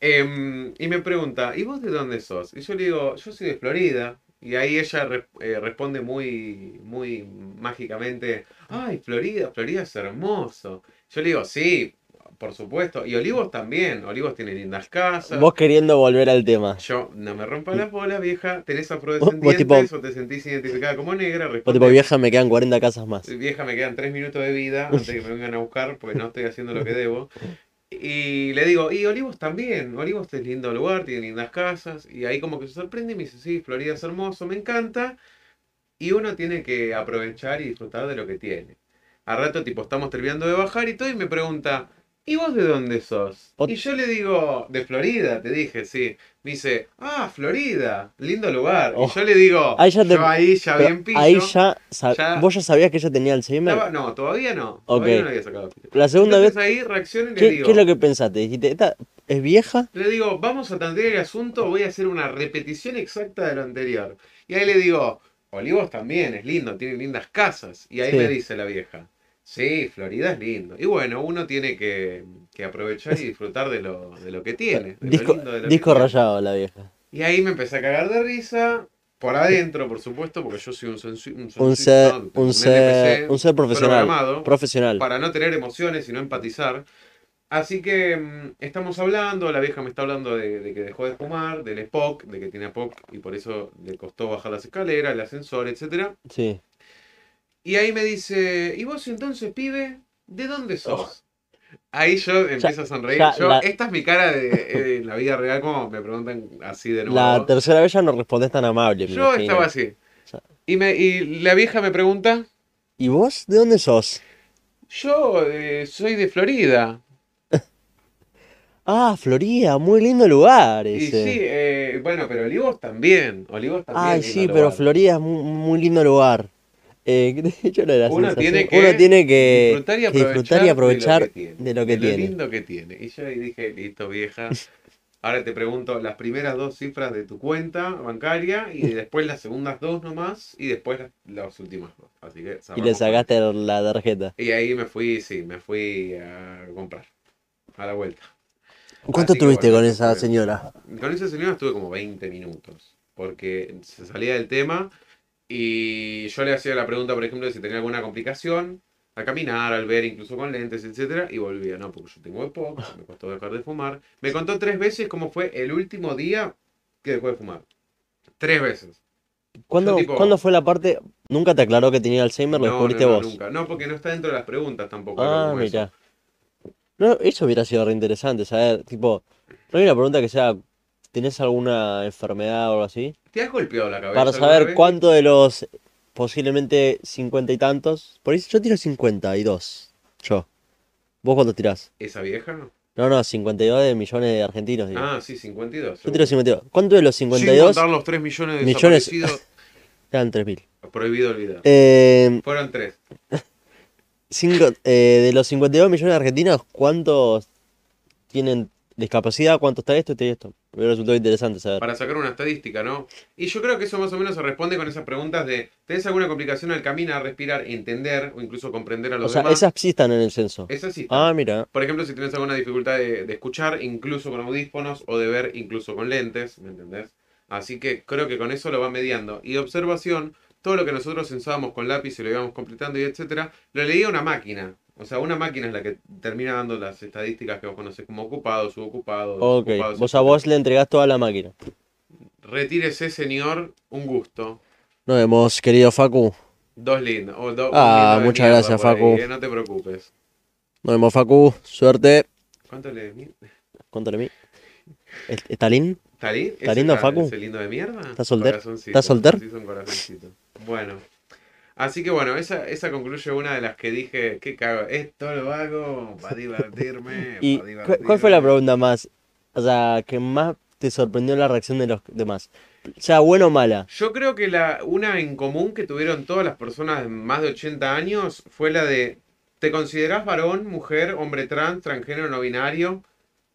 Speaker 2: Em, y me pregunta, ¿y vos de dónde sos? Y yo le digo, yo soy de Florida. Y ahí ella re- eh, responde muy, muy mágicamente, ay, Florida, Florida es hermoso. Yo le digo, sí, por supuesto. Y Olivos también, Olivos tiene lindas casas.
Speaker 1: Vos queriendo volver al tema.
Speaker 2: Yo, no me rompa las bolas, vieja. ¿Tenés
Speaker 1: Vos
Speaker 2: afrodescendientes
Speaker 1: tipo-
Speaker 2: o te sentís identificada como negra?
Speaker 1: Vos tipo,
Speaker 2: Responde,
Speaker 1: vieja, me quedan 40 casas más.
Speaker 2: vieja, me quedan tres minutos de vida antes de que me vengan a buscar porque no estoy haciendo lo que debo. Y le digo, y Olivos también. Olivos es lindo lugar, tiene lindas casas. Y ahí como que se sorprende y me dice, sí, Florida es hermoso, me encanta. Y uno tiene que aprovechar y disfrutar de lo que tiene. A rato, tipo, estamos terminando de bajar y todo, y me pregunta, ¿y vos de dónde sos?
Speaker 1: Ot-
Speaker 2: Y yo le digo, de Florida, te dije, sí. Me dice, ah, Florida, lindo lugar.
Speaker 1: Oh.
Speaker 2: Y yo le digo,
Speaker 1: Ahí ya te-
Speaker 2: yo ahí ya
Speaker 1: Pero
Speaker 2: bien pillo.
Speaker 1: ahí ya, sab-
Speaker 2: Ya-
Speaker 1: Vos ya sabías que ella tenía Alzheimer.
Speaker 2: Estaba- no, todavía no.
Speaker 1: Ok.
Speaker 2: Todavía no lo había sacado.
Speaker 1: La segunda
Speaker 2: Entonces
Speaker 1: vez,
Speaker 2: ahí reacciono y le
Speaker 1: ¿qué,
Speaker 2: digo.
Speaker 1: qué es lo que pensaste? Dijiste, ¿esta es vieja?
Speaker 2: Le digo, vamos a tantear el asunto, voy a hacer una repetición exacta de lo anterior. Y ahí le digo, Olivos también, es lindo, tiene lindas casas. Y ahí
Speaker 1: Sí.
Speaker 2: me dice la vieja, sí, Florida es lindo. Y bueno, uno tiene que, que aprovechar y disfrutar de lo, de lo que tiene. de lo
Speaker 1: Disco,
Speaker 2: lindo de lo
Speaker 1: disco
Speaker 2: que tiene.
Speaker 1: rayado la vieja.
Speaker 2: Y ahí me empecé a cagar de risa, por adentro, por supuesto, porque yo soy un sensu-
Speaker 1: Un
Speaker 2: sensuista,
Speaker 1: ser,
Speaker 2: un
Speaker 1: un ser,
Speaker 2: NPC
Speaker 1: un ser profesional.
Speaker 2: programado.
Speaker 1: Profesional.
Speaker 2: para no tener emociones y no empatizar. Así que mm, estamos hablando, la vieja me está hablando de, de que dejó de fumar, del EPOC, de que tiene EPOC y por eso le costó bajar las escaleras, el ascensor, etc.
Speaker 1: Sí.
Speaker 2: Y ahí me dice, ¿y vos entonces, pibe, de dónde sos? Ahí yo empiezo a sonreír.
Speaker 1: Oh. ya
Speaker 2: Yo-
Speaker 1: la-
Speaker 2: Esta es mi cara de, eh, en la vida real, como me preguntan así de nuevo.
Speaker 1: La tercera vez ya no respondés tan amable. me
Speaker 2: yo
Speaker 1: imagino.
Speaker 2: estaba así.
Speaker 1: Ya.
Speaker 2: Y, me, y la vieja me pregunta,
Speaker 1: ¿Y vos de dónde sos?
Speaker 2: yo eh, soy de Florida.
Speaker 1: Ah, Florida, muy lindo lugar
Speaker 2: Y
Speaker 1: ese.
Speaker 2: sí, eh, bueno, pero Olivos también. Olivos también.
Speaker 1: Ay,
Speaker 2: lindo
Speaker 1: sí, pero
Speaker 2: lugar.
Speaker 1: Florida es mu- muy, lindo lugar. Eh, [LAUGHS] de hecho, la
Speaker 2: Uno
Speaker 1: sensación-
Speaker 2: tiene que
Speaker 1: uno tiene que
Speaker 2: disfrutar y
Speaker 1: eh, que disfrutar y
Speaker 2: aprovechar
Speaker 1: aprovechar
Speaker 2: de lo
Speaker 1: de lo que
Speaker 2: que tiene. de lo
Speaker 1: tiene.
Speaker 2: lindo que tiene. Y yo ahí dije, listo, vieja. Ahora te pregunto las primeras dos cifras de tu cuenta bancaria
Speaker 1: [LAUGHS]
Speaker 2: y después las segundas dos nomás y después las, las últimas dos. Así
Speaker 1: Y
Speaker 2: que
Speaker 1: le
Speaker 2: cerramos con-
Speaker 1: sacaste la tarjeta.
Speaker 2: Y ahí me fui, sí, me fui a comprar. A la vuelta.
Speaker 1: ¿Cuánto
Speaker 2: Así que
Speaker 1: estuviste
Speaker 2: bueno,
Speaker 1: con esa
Speaker 2: bueno.
Speaker 1: señora?
Speaker 2: Con ese señor estuve como 20 minutos, porque se salía del tema y yo le hacía la pregunta, por ejemplo, de si tenía alguna complicación, a caminar, al ver, incluso con lentes, etcétera, y volvía, no, porque yo tengo EPOC, me costó dejar de fumar. Me contó tres veces cómo fue el último día que dejó de fumar. Tres veces.
Speaker 1: ¿Cuándo,
Speaker 2: Yo, tipo-
Speaker 1: cuándo fue la parte? Nunca te aclaró que tenía Alzheimer, lo
Speaker 2: no, no,
Speaker 1: descubriste
Speaker 2: no,
Speaker 1: vos.
Speaker 2: nunca. No, porque no está dentro de las preguntas tampoco. algo
Speaker 1: Ah,
Speaker 2: como eso.
Speaker 1: mira. No, eso hubiera sido re interesante, saber, tipo, no hay una pregunta que sea, ¿tenés alguna enfermedad o algo así?
Speaker 2: ¿Te has golpeado la cabeza?
Speaker 1: Para
Speaker 2: alguna
Speaker 1: saber
Speaker 2: vez?
Speaker 1: cuánto de los posiblemente cincuenta y tantos, por ahí yo tiro 52, yo. ¿Vos cuánto tirás?
Speaker 2: ¿Esa vieja?
Speaker 1: No, no, 52 de millones de argentinos, digo.
Speaker 2: Ah, sí, 52.
Speaker 1: Yo tiro
Speaker 2: seguro.
Speaker 1: 52. ¿Cuánto de los
Speaker 2: Sin
Speaker 1: 52
Speaker 2: contar los 3 millones de
Speaker 1: millones- [LAUGHS]
Speaker 2: desaparecidos,
Speaker 1: eran 3.000?
Speaker 2: prohibido olvidar.
Speaker 1: Eh,
Speaker 2: Fueron tres.
Speaker 1: cinco, eh, de los 52 millones de argentinos, ¿cuántos tienen discapacidad? ¿Cuánto está esto? Este y esto. Me resultó interesante saber.
Speaker 2: Para sacar una estadística, ¿no? Y yo creo que eso más o menos se responde con esas preguntas de ¿tenés alguna complicación al caminar, respirar, entender o incluso comprender a
Speaker 1: O
Speaker 2: los
Speaker 1: sea,
Speaker 2: demás? eh,
Speaker 1: esas sí están en el censo.
Speaker 2: Esa sí está.
Speaker 1: Ah, mira.
Speaker 2: Por ejemplo, si tenés alguna dificultad de, de escuchar, incluso con audífonos, o de ver, incluso con lentes, ¿me entendés? Así que creo que con eso lo va mediando. Y observación, todo lo que nosotros censábamos con lápiz y lo íbamos completando y etcétera, lo leía una máquina. O sea, una máquina es la que termina dando las estadísticas que vos conocés como ocupado, subocupado,
Speaker 1: Ok.
Speaker 2: desocupado,
Speaker 1: Vos a
Speaker 2: etcétera.
Speaker 1: vos le entregás toda la máquina.
Speaker 2: Retírese, señor, un gusto.
Speaker 1: Nos vemos, querido Facu.
Speaker 2: Dos lindos. o do- un
Speaker 1: Ah,
Speaker 2: lindo de
Speaker 1: muchas
Speaker 2: mierda
Speaker 1: gracias,
Speaker 2: por ahí,
Speaker 1: Facu.
Speaker 2: eh, no te preocupes.
Speaker 1: Nos vemos, Facu. Suerte.
Speaker 2: ¿Cuánto le mi-
Speaker 1: Contale a mí. ¿Est- ¿Está lindo?
Speaker 2: ¿Talín? ¿Ese
Speaker 1: ¿Está lindo, Facu?
Speaker 2: ese lindo de mierda?
Speaker 1: ¿Está solter?
Speaker 2: Corazoncito,
Speaker 1: ¿Está solter?
Speaker 2: sí, es un corazoncito. Bueno. Así que bueno, esa, esa concluye una de las que dije, qué cago, esto lo hago para divertirme.
Speaker 1: [LAUGHS] ¿Y
Speaker 2: pa'
Speaker 1: cu- cuál fue la
Speaker 2: divertirme.
Speaker 1: pregunta más? O sea, que más te sorprendió la reacción de los demás. Sea buena o mala.
Speaker 2: Yo creo que la, una en común que tuvieron todas las personas de más de 80 años fue la de, ¿te considerás varón, mujer, hombre trans, transgénero, no binario?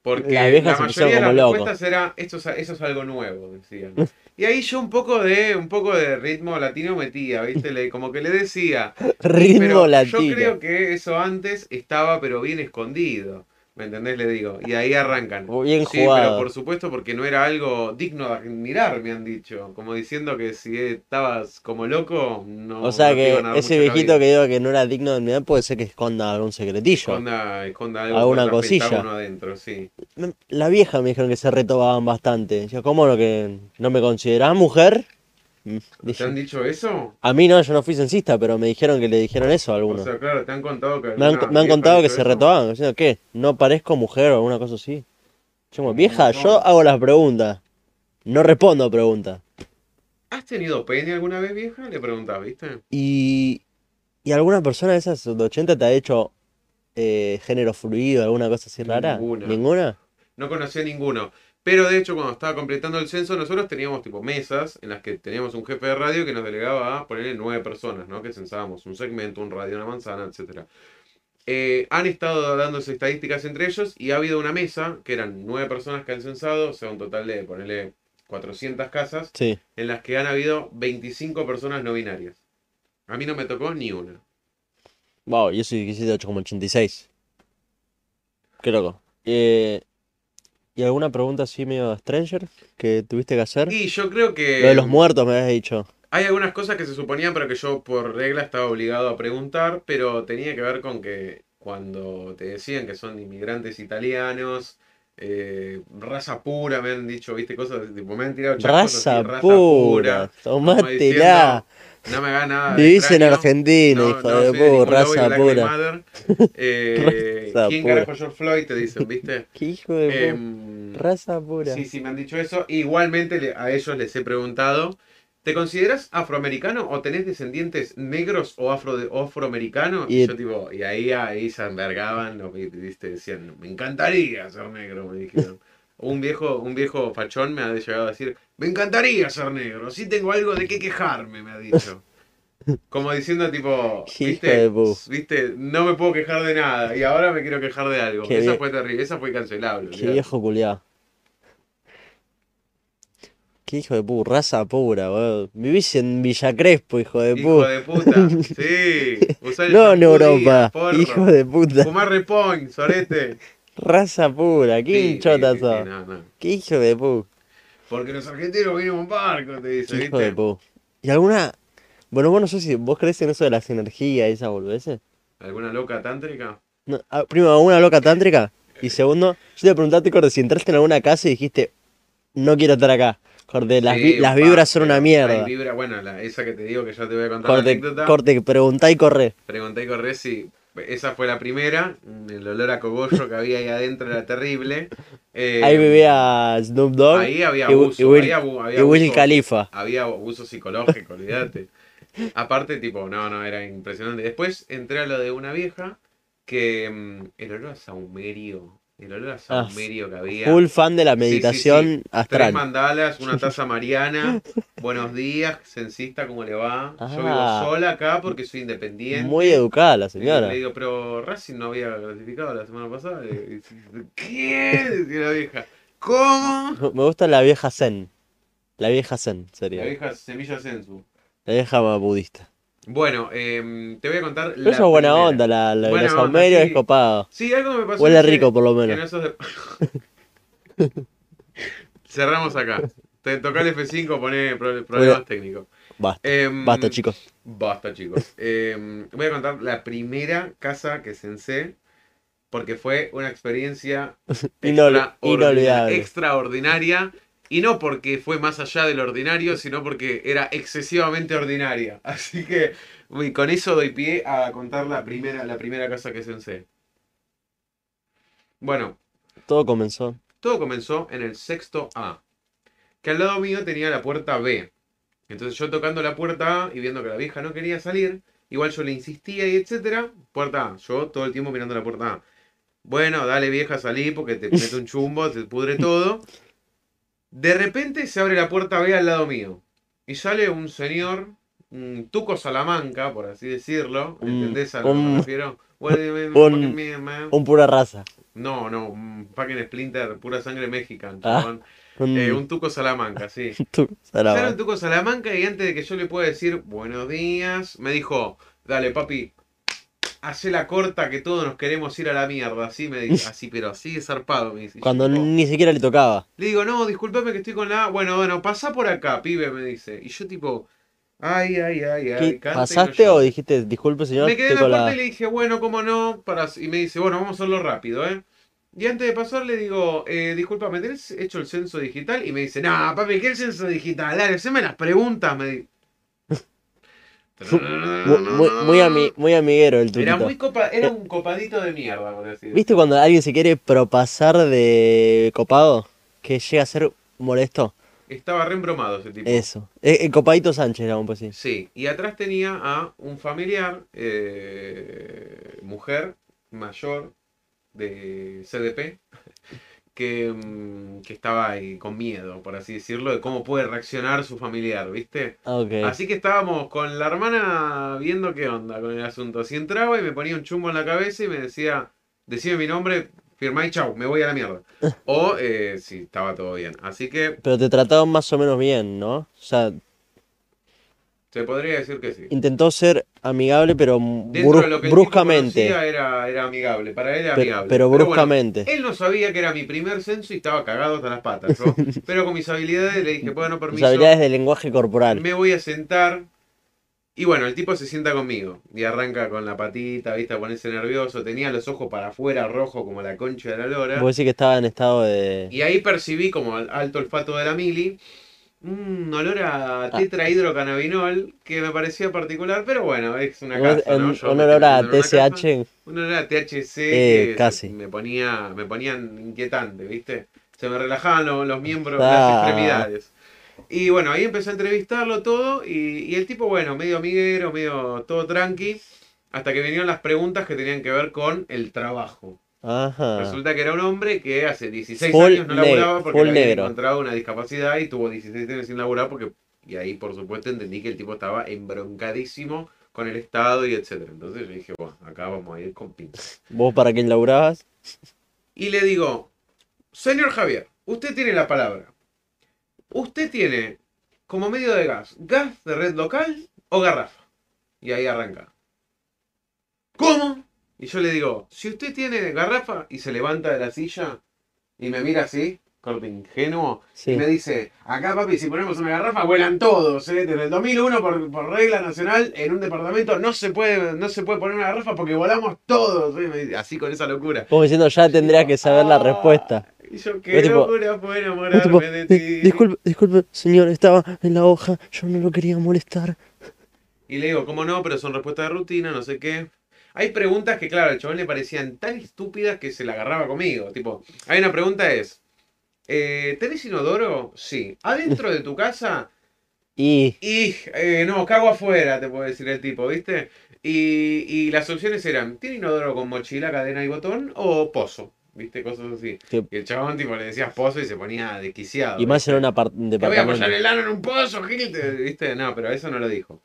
Speaker 2: Porque
Speaker 1: La
Speaker 2: la,
Speaker 1: vieja se pusieron
Speaker 2: mayoría de las
Speaker 1: como loco.
Speaker 2: respuestas era, esto es, eso es algo nuevo, decían. Y ahí yo un poco de, un poco de ritmo latino metía, ¿viste? Le- como que le decía,
Speaker 1: Ritmo
Speaker 2: pero
Speaker 1: latino.
Speaker 2: Yo creo que eso antes estaba, pero bien escondido. ¿Me entendés? Le digo. Y ahí arrancan.
Speaker 1: Bien
Speaker 2: sí,
Speaker 1: jugado.
Speaker 2: pero por supuesto, porque no era algo digno de admirar, me han dicho. Como diciendo que si estabas como loco, no.
Speaker 1: o sea
Speaker 2: no te
Speaker 1: que
Speaker 2: iban a dar
Speaker 1: ese
Speaker 2: mucho la
Speaker 1: viejito
Speaker 2: vida.
Speaker 1: que digo que no era digno de mirar puede ser que esconda algún secretillo.
Speaker 2: Esconda, esconda algo
Speaker 1: Alguna
Speaker 2: para pensar
Speaker 1: cosilla.
Speaker 2: uno adentro, sí.
Speaker 1: Me- La vieja me dijeron que se retobaban bastante. Yo, ¿cómo lo que no me considerás mujer? Mm,
Speaker 2: ¿Te
Speaker 1: dije.
Speaker 2: han dicho eso?
Speaker 1: A mí no, yo no fui censista, pero me dijeron que le dijeron eso a
Speaker 2: O
Speaker 1: algunos.
Speaker 2: sea, claro, te han contado que.
Speaker 1: me han,
Speaker 2: alguna
Speaker 1: me han
Speaker 2: vieja
Speaker 1: contado
Speaker 2: ha
Speaker 1: que
Speaker 2: dicho
Speaker 1: se
Speaker 2: eso.
Speaker 1: retobaban, diciendo, ¿qué? ¿No parezco mujer o alguna cosa así? Yo como,
Speaker 2: Un
Speaker 1: vieja,
Speaker 2: montón.
Speaker 1: yo hago las preguntas. No respondo a preguntas.
Speaker 2: ¿Has tenido pene alguna vez, vieja? Le preguntás, ¿viste?
Speaker 1: Y, y alguna persona de esas de 80 te ha hecho eh, género fluido, alguna cosa así rara.
Speaker 2: Ninguna.
Speaker 1: ¿Ninguna?
Speaker 2: No conocía ninguno. Pero de hecho, cuando estaba completando el censo, nosotros teníamos tipo mesas en las que teníamos un jefe de radio que nos delegaba a ponerle nueve personas, ¿no? Que censábamos un segmento, un radio, una manzana, etcétera. Eh, han estado dándose estadísticas entre ellos y ha habido una mesa, que eran nueve personas que han censado, o sea, un total de ponerle 400 casas,
Speaker 1: Sí.
Speaker 2: en las que han habido 25 personas no binarias. A mí no me tocó ni una.
Speaker 1: Wow, yo soy 17,86. Qué loco. Eh, ¿y alguna pregunta así medio Stranger que tuviste que hacer?
Speaker 2: Y yo creo que...
Speaker 1: Lo de los muertos me habías dicho.
Speaker 2: Hay algunas cosas que se suponían, pero que yo por regla estaba obligado a preguntar, pero tenía que ver con que cuando te decían que son inmigrantes italianos, eh, raza pura, me han dicho, viste, cosas, tipo, me han tirado chascos así,
Speaker 1: Raza pura.
Speaker 2: como
Speaker 1: Tomátela.
Speaker 2: diciendo, No me hagas nada de
Speaker 1: Vivís en
Speaker 2: extraño,
Speaker 1: Argentina,
Speaker 2: no-
Speaker 1: hijo
Speaker 2: no
Speaker 1: de
Speaker 2: soy
Speaker 1: puta,
Speaker 2: ningún Lobby
Speaker 1: raza
Speaker 2: Black Lives
Speaker 1: pura.
Speaker 2: Matter,
Speaker 1: [LAUGHS]
Speaker 2: eh,
Speaker 1: Raza
Speaker 2: ¿quién
Speaker 1: pura.
Speaker 2: carajo es George Floyd? Te
Speaker 1: [LAUGHS]
Speaker 2: dicen, viste.
Speaker 1: Qué hijo de puta.
Speaker 2: Em,
Speaker 1: Raza pura.
Speaker 2: Sí, sí, me han dicho eso. Igualmente le- a ellos les he preguntado, ¿te consideras afroamericano o tenés descendientes negros o, afro o afroamericanos?
Speaker 1: Y-
Speaker 2: Y yo tipo, y ahí, ahí se envergaban, lo que, viste, decían, me encantaría ser negro, me dijeron. Un viejo, un viejo fachón me ha llegado a decir, me encantaría ser negro, sí tengo algo de qué quejarme, me ha dicho. Como diciendo tipo,
Speaker 1: Hijo de
Speaker 2: viste,
Speaker 1: pu.
Speaker 2: viste, no me puedo quejar de nada y ahora me quiero quejar de algo.
Speaker 1: Qué
Speaker 2: esa
Speaker 1: vie-
Speaker 2: fue terrible, esa fue cancelable.
Speaker 1: Qué
Speaker 2: olvidate.
Speaker 1: viejo culiado. Qué hijo de puta. Raza pura, weón. Vivís en Villa Crespo, hijo de
Speaker 2: Hijo
Speaker 1: puta.
Speaker 2: de puta. Sí.
Speaker 1: [LAUGHS]
Speaker 2: Usar el
Speaker 1: No en
Speaker 2: shampoo día,
Speaker 1: Europa.
Speaker 2: porro.
Speaker 1: Hijo de puta.
Speaker 2: Fumar repón, sorete.
Speaker 1: Raza pura, qué
Speaker 2: Sí,
Speaker 1: hinchota
Speaker 2: sí, sí,
Speaker 1: sos.
Speaker 2: sí, no, no.
Speaker 1: Qué hijo de pu.
Speaker 2: Porque los argentinos vinimos un barco, te
Speaker 1: Qué
Speaker 2: dice,
Speaker 1: hijo
Speaker 2: ¿viste?
Speaker 1: de pu. ¿Y alguna? Bueno, vos no sé si vos crees en eso de las energías y esas boludeces.
Speaker 2: ¿Alguna loca tántrica?
Speaker 1: No, ah, primero, ¿alguna loca tántrica? Y segundo, yo te preguntaste, Corde, si entraste en alguna casa y dijiste, no quiero estar acá. Corde, las,
Speaker 2: Sí,
Speaker 1: vi-
Speaker 2: un
Speaker 1: las
Speaker 2: par,
Speaker 1: vibras son
Speaker 2: pero
Speaker 1: una mierda.
Speaker 2: hay vibra- bueno, la- esa que te digo que ya te voy a contar la
Speaker 1: Corte,
Speaker 2: anécdota.
Speaker 1: corte, preguntá y corre.
Speaker 2: Pregunté y corrí si esa fue la primera. El olor a cogollo que había ahí adentro era terrible. Eh,
Speaker 1: Ahí vivía Snoop Dogg
Speaker 2: Ahí había
Speaker 1: y Wi-
Speaker 2: abuso.
Speaker 1: y Will-
Speaker 2: había abu- había
Speaker 1: y Will
Speaker 2: abuso.
Speaker 1: Khalifa.
Speaker 2: Había abuso psicológico, olvídate. Aparte, tipo, no, no, era impresionante. Después entré a lo de una vieja que mm, el olor a saumerio, el olor a saumerio que había.
Speaker 1: Ah, Full fan de la
Speaker 2: sí, sí.
Speaker 1: meditación
Speaker 2: Tres
Speaker 1: astral.
Speaker 2: mandalas,
Speaker 1: [LAUGHS]
Speaker 2: una taza mariana, buenos días, censista, ¿cómo le va? Yo
Speaker 1: Ah.
Speaker 2: vivo sola acá porque soy independiente.
Speaker 1: Muy educada la
Speaker 2: Y
Speaker 1: señora.
Speaker 2: Le digo, pero Racing no había clasificado la semana pasada. Y dice, ¿Qué? Decía la vieja. ¿Cómo?
Speaker 1: [LAUGHS] Me gusta la vieja Zen. La vieja Zen sería.
Speaker 2: La vieja semilla sensu.
Speaker 1: La vieja más budista.
Speaker 2: Bueno, em, te voy a contar.
Speaker 1: Pero
Speaker 2: la
Speaker 1: eso es buena
Speaker 2: primera.
Speaker 1: onda, la, la,
Speaker 2: Buena
Speaker 1: la
Speaker 2: onda,
Speaker 1: Saumerio
Speaker 2: sí.
Speaker 1: es copado.
Speaker 2: Sí, algo me pasó.
Speaker 1: Huele
Speaker 2: que-
Speaker 1: rico por lo
Speaker 2: que
Speaker 1: menos.
Speaker 2: no sos de- [LAUGHS] Cerramos acá. Te toca el F5, pone pro- problemas
Speaker 1: Bueno.
Speaker 2: técnicos.
Speaker 1: Basta,
Speaker 2: Em,
Speaker 1: basta chicos. [LAUGHS]
Speaker 2: Basta, chicos. Em, voy a contar la primera casa que censé, porque fue una experiencia
Speaker 1: [LAUGHS] Inol-
Speaker 2: extraordina-
Speaker 1: inolvidable.
Speaker 2: extraordinaria Y no porque fue más allá del ordinario, sino porque era excesivamente ordinaria. [LAUGHS] Así que uy, con eso doy pie a contar la primera, la primera casa que sensé. Bueno,
Speaker 1: Todo comenzó.
Speaker 2: todo comenzó en el sexto A. Que al lado mío tenía la puerta B. Entonces yo tocando la puerta A y viendo que la vieja no quería salir, igual yo le insistía y etcétera. Puerta A. Yo todo el tiempo mirando la puerta A. Bueno, dale vieja, salí porque te meto un chumbo, te pudre todo. De repente se abre la puerta B al lado mío. Y sale un señor, un tuco Salamanca, por así decirlo.
Speaker 1: Un-
Speaker 2: ¿Entendés a lo que me
Speaker 1: un-
Speaker 2: refiero? Bueno,
Speaker 1: un-
Speaker 2: me- me-
Speaker 1: Un pura raza.
Speaker 2: no, no, un fucking Splinter, pura sangre mexicana.
Speaker 1: Ah,
Speaker 2: chabón.
Speaker 1: Un,
Speaker 2: Eh, un tuco Salamanca,
Speaker 1: [LAUGHS]
Speaker 2: sí.
Speaker 1: tú, Saraba.
Speaker 2: Sale un tuco Salamanca y antes de que yo le pueda decir buenos días, me dijo, dale papi, hace la corta que todos nos queremos ir a la mierda. Así me dice,
Speaker 1: [LAUGHS]
Speaker 2: así, pero así de zarpado me dice. Y yo
Speaker 1: Cuando
Speaker 2: tipo,
Speaker 1: ni siquiera le tocaba.
Speaker 2: le digo, no, discúlpame que estoy con la... A". Bueno, bueno, pasá por acá, pibe, me dice. Y yo tipo, ay, ay, ay, ay.
Speaker 1: ¿Qué,
Speaker 2: canta y no
Speaker 1: ¿Pasaste
Speaker 2: llora".
Speaker 1: o dijiste, disculpe señor,
Speaker 2: Me quedé en la
Speaker 1: estoy con
Speaker 2: puerta
Speaker 1: la-
Speaker 2: y le dije, bueno, cómo no. Para... Y me dice, bueno, vamos a hacerlo rápido, ¿eh? Y antes de pasar le digo, eh, disculpa, ¿me tenés hecho el censo digital? Y me dice, no, papi, ¿qué es el censo digital? Dale, haceme las preguntas. Me di-
Speaker 1: Mu- Muy, muy, ami- muy amiguero el
Speaker 2: Era,
Speaker 1: tuquito.
Speaker 2: muy copa... Era un copadito de mierda, por así decirlo.
Speaker 1: Eh, ¿Viste cuando alguien se quiere propasar de copado? Que llega a ser molesto.
Speaker 2: Estaba re embromado ese tipo.
Speaker 1: Eso. Eh, El copadito Sánchez, pues era un poco así.
Speaker 2: Sí, y atrás tenía a un familiar, eh, mujer mayor de CDP, [LAUGHS] que, mm, que estaba ahí con miedo, por así decirlo, de cómo puede reaccionar su familiar, ¿viste?
Speaker 1: Ah, Ok.
Speaker 2: Así que estábamos con la hermana viendo qué onda con el asunto. Si entraba y me ponía un chumbo en la cabeza y me decía, decime mi nombre, firmá y chau, me voy a la mierda. O eh, si estaba todo bien. Así que
Speaker 1: Pero te trataron más o menos bien, ¿no? O sea,
Speaker 2: se podría decir que sí.
Speaker 1: intentó ser amigable, pero
Speaker 2: Dentro
Speaker 1: bru-
Speaker 2: de lo que el tipo
Speaker 1: bruscamente.
Speaker 2: conocía era, era amigable, para él era
Speaker 1: Pe-
Speaker 2: amigable.
Speaker 1: pero
Speaker 2: bueno,
Speaker 1: bruscamente.
Speaker 2: él no sabía que era mi primer censo y estaba cagado hasta las
Speaker 1: [LAUGHS]
Speaker 2: patas, ¿no? Pero con mis habilidades le dije, bueno,
Speaker 1: Sus
Speaker 2: permiso,
Speaker 1: habilidades de lenguaje corporal.
Speaker 2: me voy a sentar. Y bueno, el tipo se sienta conmigo y arranca con la patita, ¿viste? A ponerse nervioso, tenía los ojos para afuera, rojo como la concha de la lora.
Speaker 1: Vos decís que estaba en estado de.
Speaker 2: Y ahí percibí como al- alto olfato de la mili un olor
Speaker 1: Ah.
Speaker 2: a tetrahidrocannabinol que me parecía particular, pero bueno, es una
Speaker 1: Vos-
Speaker 2: casa, ¿no?
Speaker 1: un,
Speaker 2: Yo
Speaker 1: un
Speaker 2: me
Speaker 1: olor
Speaker 2: estoy
Speaker 1: a
Speaker 2: metiendo en una casa.
Speaker 1: TSH.
Speaker 2: Uno era THC
Speaker 1: Eh,
Speaker 2: que
Speaker 1: casi.
Speaker 2: se- me ponía me ponían inquietante, ¿viste? Se me relajaban lo- los miembros,
Speaker 1: Ah.
Speaker 2: las extremidades. Y bueno, ahí empecé a entrevistarlo todo y, y el tipo, bueno, medio amiguero, medio todo tranqui, hasta que vinieron las preguntas que tenían que ver con el trabajo.
Speaker 1: Ajá.
Speaker 2: Resulta que era un hombre que hace 16
Speaker 1: Ah. Full
Speaker 2: años no
Speaker 1: ne-
Speaker 2: laburaba porque
Speaker 1: full
Speaker 2: le había
Speaker 1: negro.
Speaker 2: encontrado una discapacidad y tuvo 16 años sin laburar porque, y ahí por supuesto entendí que el tipo estaba embroncadísimo con el Estado y etcétera. Entonces yo dije, bueno, acá vamos a ir con pinzas.
Speaker 1: ¿Vos para quién laburabas?
Speaker 2: y le digo, señor Javier, usted tiene la palabra. Usted tiene como medio de gas, gas de red local o garrafa. Y ahí arranca. ¿Cómo? Y yo le digo, si usted tiene garrafa y se levanta de la silla y me mira así, corte ingenuo, y
Speaker 1: Sí.
Speaker 2: me dice, acá papi, si ponemos una garrafa, vuelan todos, ¿eh? Desde el 2001, por, por regla nacional, en un departamento no se puede, no se puede poner una garrafa porque volamos todos, ¿eh? Me dice, así con esa locura.
Speaker 1: Vos diciendo ya tendrías que saber la
Speaker 2: Ah,
Speaker 1: respuesta.
Speaker 2: Y yo
Speaker 1: Yo
Speaker 2: qué
Speaker 1: tipo-
Speaker 2: locura fue
Speaker 1: Vos tipo,
Speaker 2: enamorarme de
Speaker 1: "Di-
Speaker 2: ti.
Speaker 1: disculpe, disculpe, señor, estaba en la hoja, yo no lo quería molestar.
Speaker 2: Y le digo, ¿cómo no? Pero son respuestas de rutina, no sé qué. Hay preguntas que, claro, al chabón le parecían tan estúpidas que se la agarraba conmigo. Tipo, hay una pregunta es, eh, ¿tenés inodoro? Sí. ¿Adentro de tu casa?
Speaker 1: Y
Speaker 2: Y eh, no, cago afuera, te puedo decir el tipo, ¿viste? Y, y las opciones eran, ¿tiene inodoro con mochila, cadena y botón o pozo? ¿Viste? Cosas así.
Speaker 1: Sí.
Speaker 2: Y el chabón tipo le decías pozo y se ponía desquiciado.
Speaker 1: Y más
Speaker 2: ¿viste?
Speaker 1: en una par- un
Speaker 2: Te voy a apoyar
Speaker 1: departamento.
Speaker 2: el ano en un pozo, Gil, te- ¿viste? No, pero eso no lo dijo.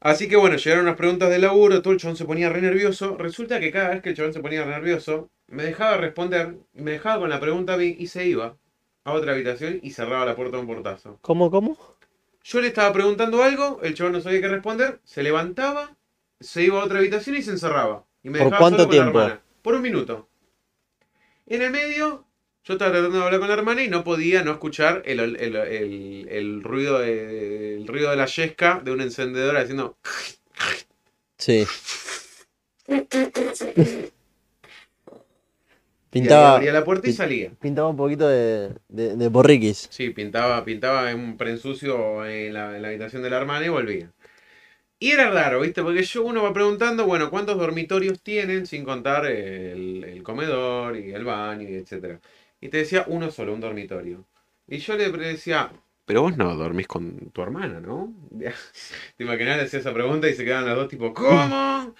Speaker 2: Así que bueno, llegaron unas preguntas de laburo, todo el chabón se ponía re nervioso. Resulta que cada vez que el chabón se ponía re nervioso, me dejaba responder, me dejaba con la pregunta a mí y se iba a otra habitación y cerraba la puerta de un portazo.
Speaker 1: ¿Cómo, cómo?
Speaker 2: Yo le estaba preguntando algo, el chabón no sabía qué responder, se levantaba, se iba a otra habitación y se encerraba. Y me
Speaker 1: ¿Por
Speaker 2: dejaba
Speaker 1: cuánto
Speaker 2: solo con la
Speaker 1: tiempo?
Speaker 2: hermana. Por un minuto. En el medio, yo estaba tratando de hablar con la hermana y no podía no escuchar el, ol- el- el- el ruido, de, el ruido de la yesca de un encendedor haciendo. [LAUGHS]
Speaker 1: Sí.
Speaker 2: Pintaba,
Speaker 1: Pintaba,
Speaker 2: abría la puerta y
Speaker 1: pi-
Speaker 2: salía.
Speaker 1: pintaba un poquito de, de, de borriquis.
Speaker 2: Sí, pintaba, pintaba en un prensucio en la, en la habitación de la hermana y volvía. Y era raro, ¿viste? Porque yo uno va preguntando, bueno, ¿cuántos dormitorios tienen? Sin contar el, el comedor y el baño y etcétera. Y te decía uno solo, un dormitorio. Y yo le decía, pero vos no dormís con tu hermana, ¿no? [LAUGHS] Te imaginas, le hacía esa pregunta y se quedaban los dos tipo, ¿cómo?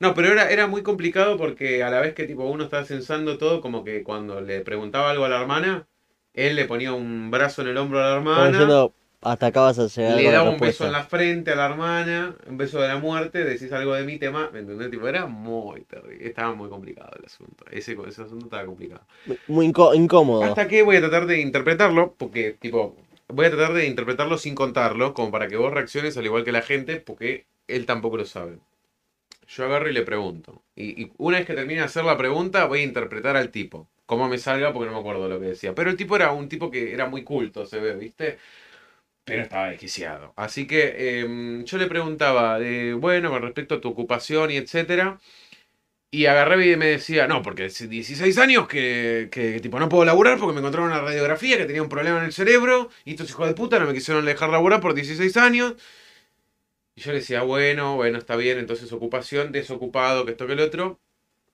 Speaker 2: No, pero era, era muy complicado porque a la vez que tipo uno estaba censando todo, como que cuando le preguntaba algo a la hermana, él le ponía un brazo en el hombro a la
Speaker 1: Como
Speaker 2: hermana,
Speaker 1: diciendo, hasta acá vas a llegar.
Speaker 2: le
Speaker 1: con la
Speaker 2: daba un beso
Speaker 1: respuesta.
Speaker 2: en la frente a la hermana, un beso de la muerte, decís algo de mi tema, ¿me entendés? Tipo, era muy terrible, estaba muy complicado el asunto. Ese, ese asunto estaba complicado.
Speaker 1: Muy incó- incómodo.
Speaker 2: Hasta que voy a tratar de interpretarlo, porque, tipo, voy a tratar de interpretarlo sin contarlo, como para que vos reacciones al igual que la gente, porque él tampoco lo sabe. Yo agarro y le pregunto. Y, y una vez que termine de hacer la pregunta, voy a interpretar al tipo. Como me salga, porque no me acuerdo lo que decía. Pero el tipo era un tipo que era muy culto, se ve, ¿viste? Pero estaba desquiciado. Así que em, yo le preguntaba, eh, bueno, con respecto a tu ocupación y etcétera. Y agarré y me decía, no, porque hace 16 años que, que, tipo no puedo laburar porque me encontraron una radiografía que tenía un problema en el cerebro y estos hijos de puta no me quisieron dejar laburar por 16 años. Y yo le decía, bueno, bueno, está bien, entonces ocupación, desocupado, que esto que el otro.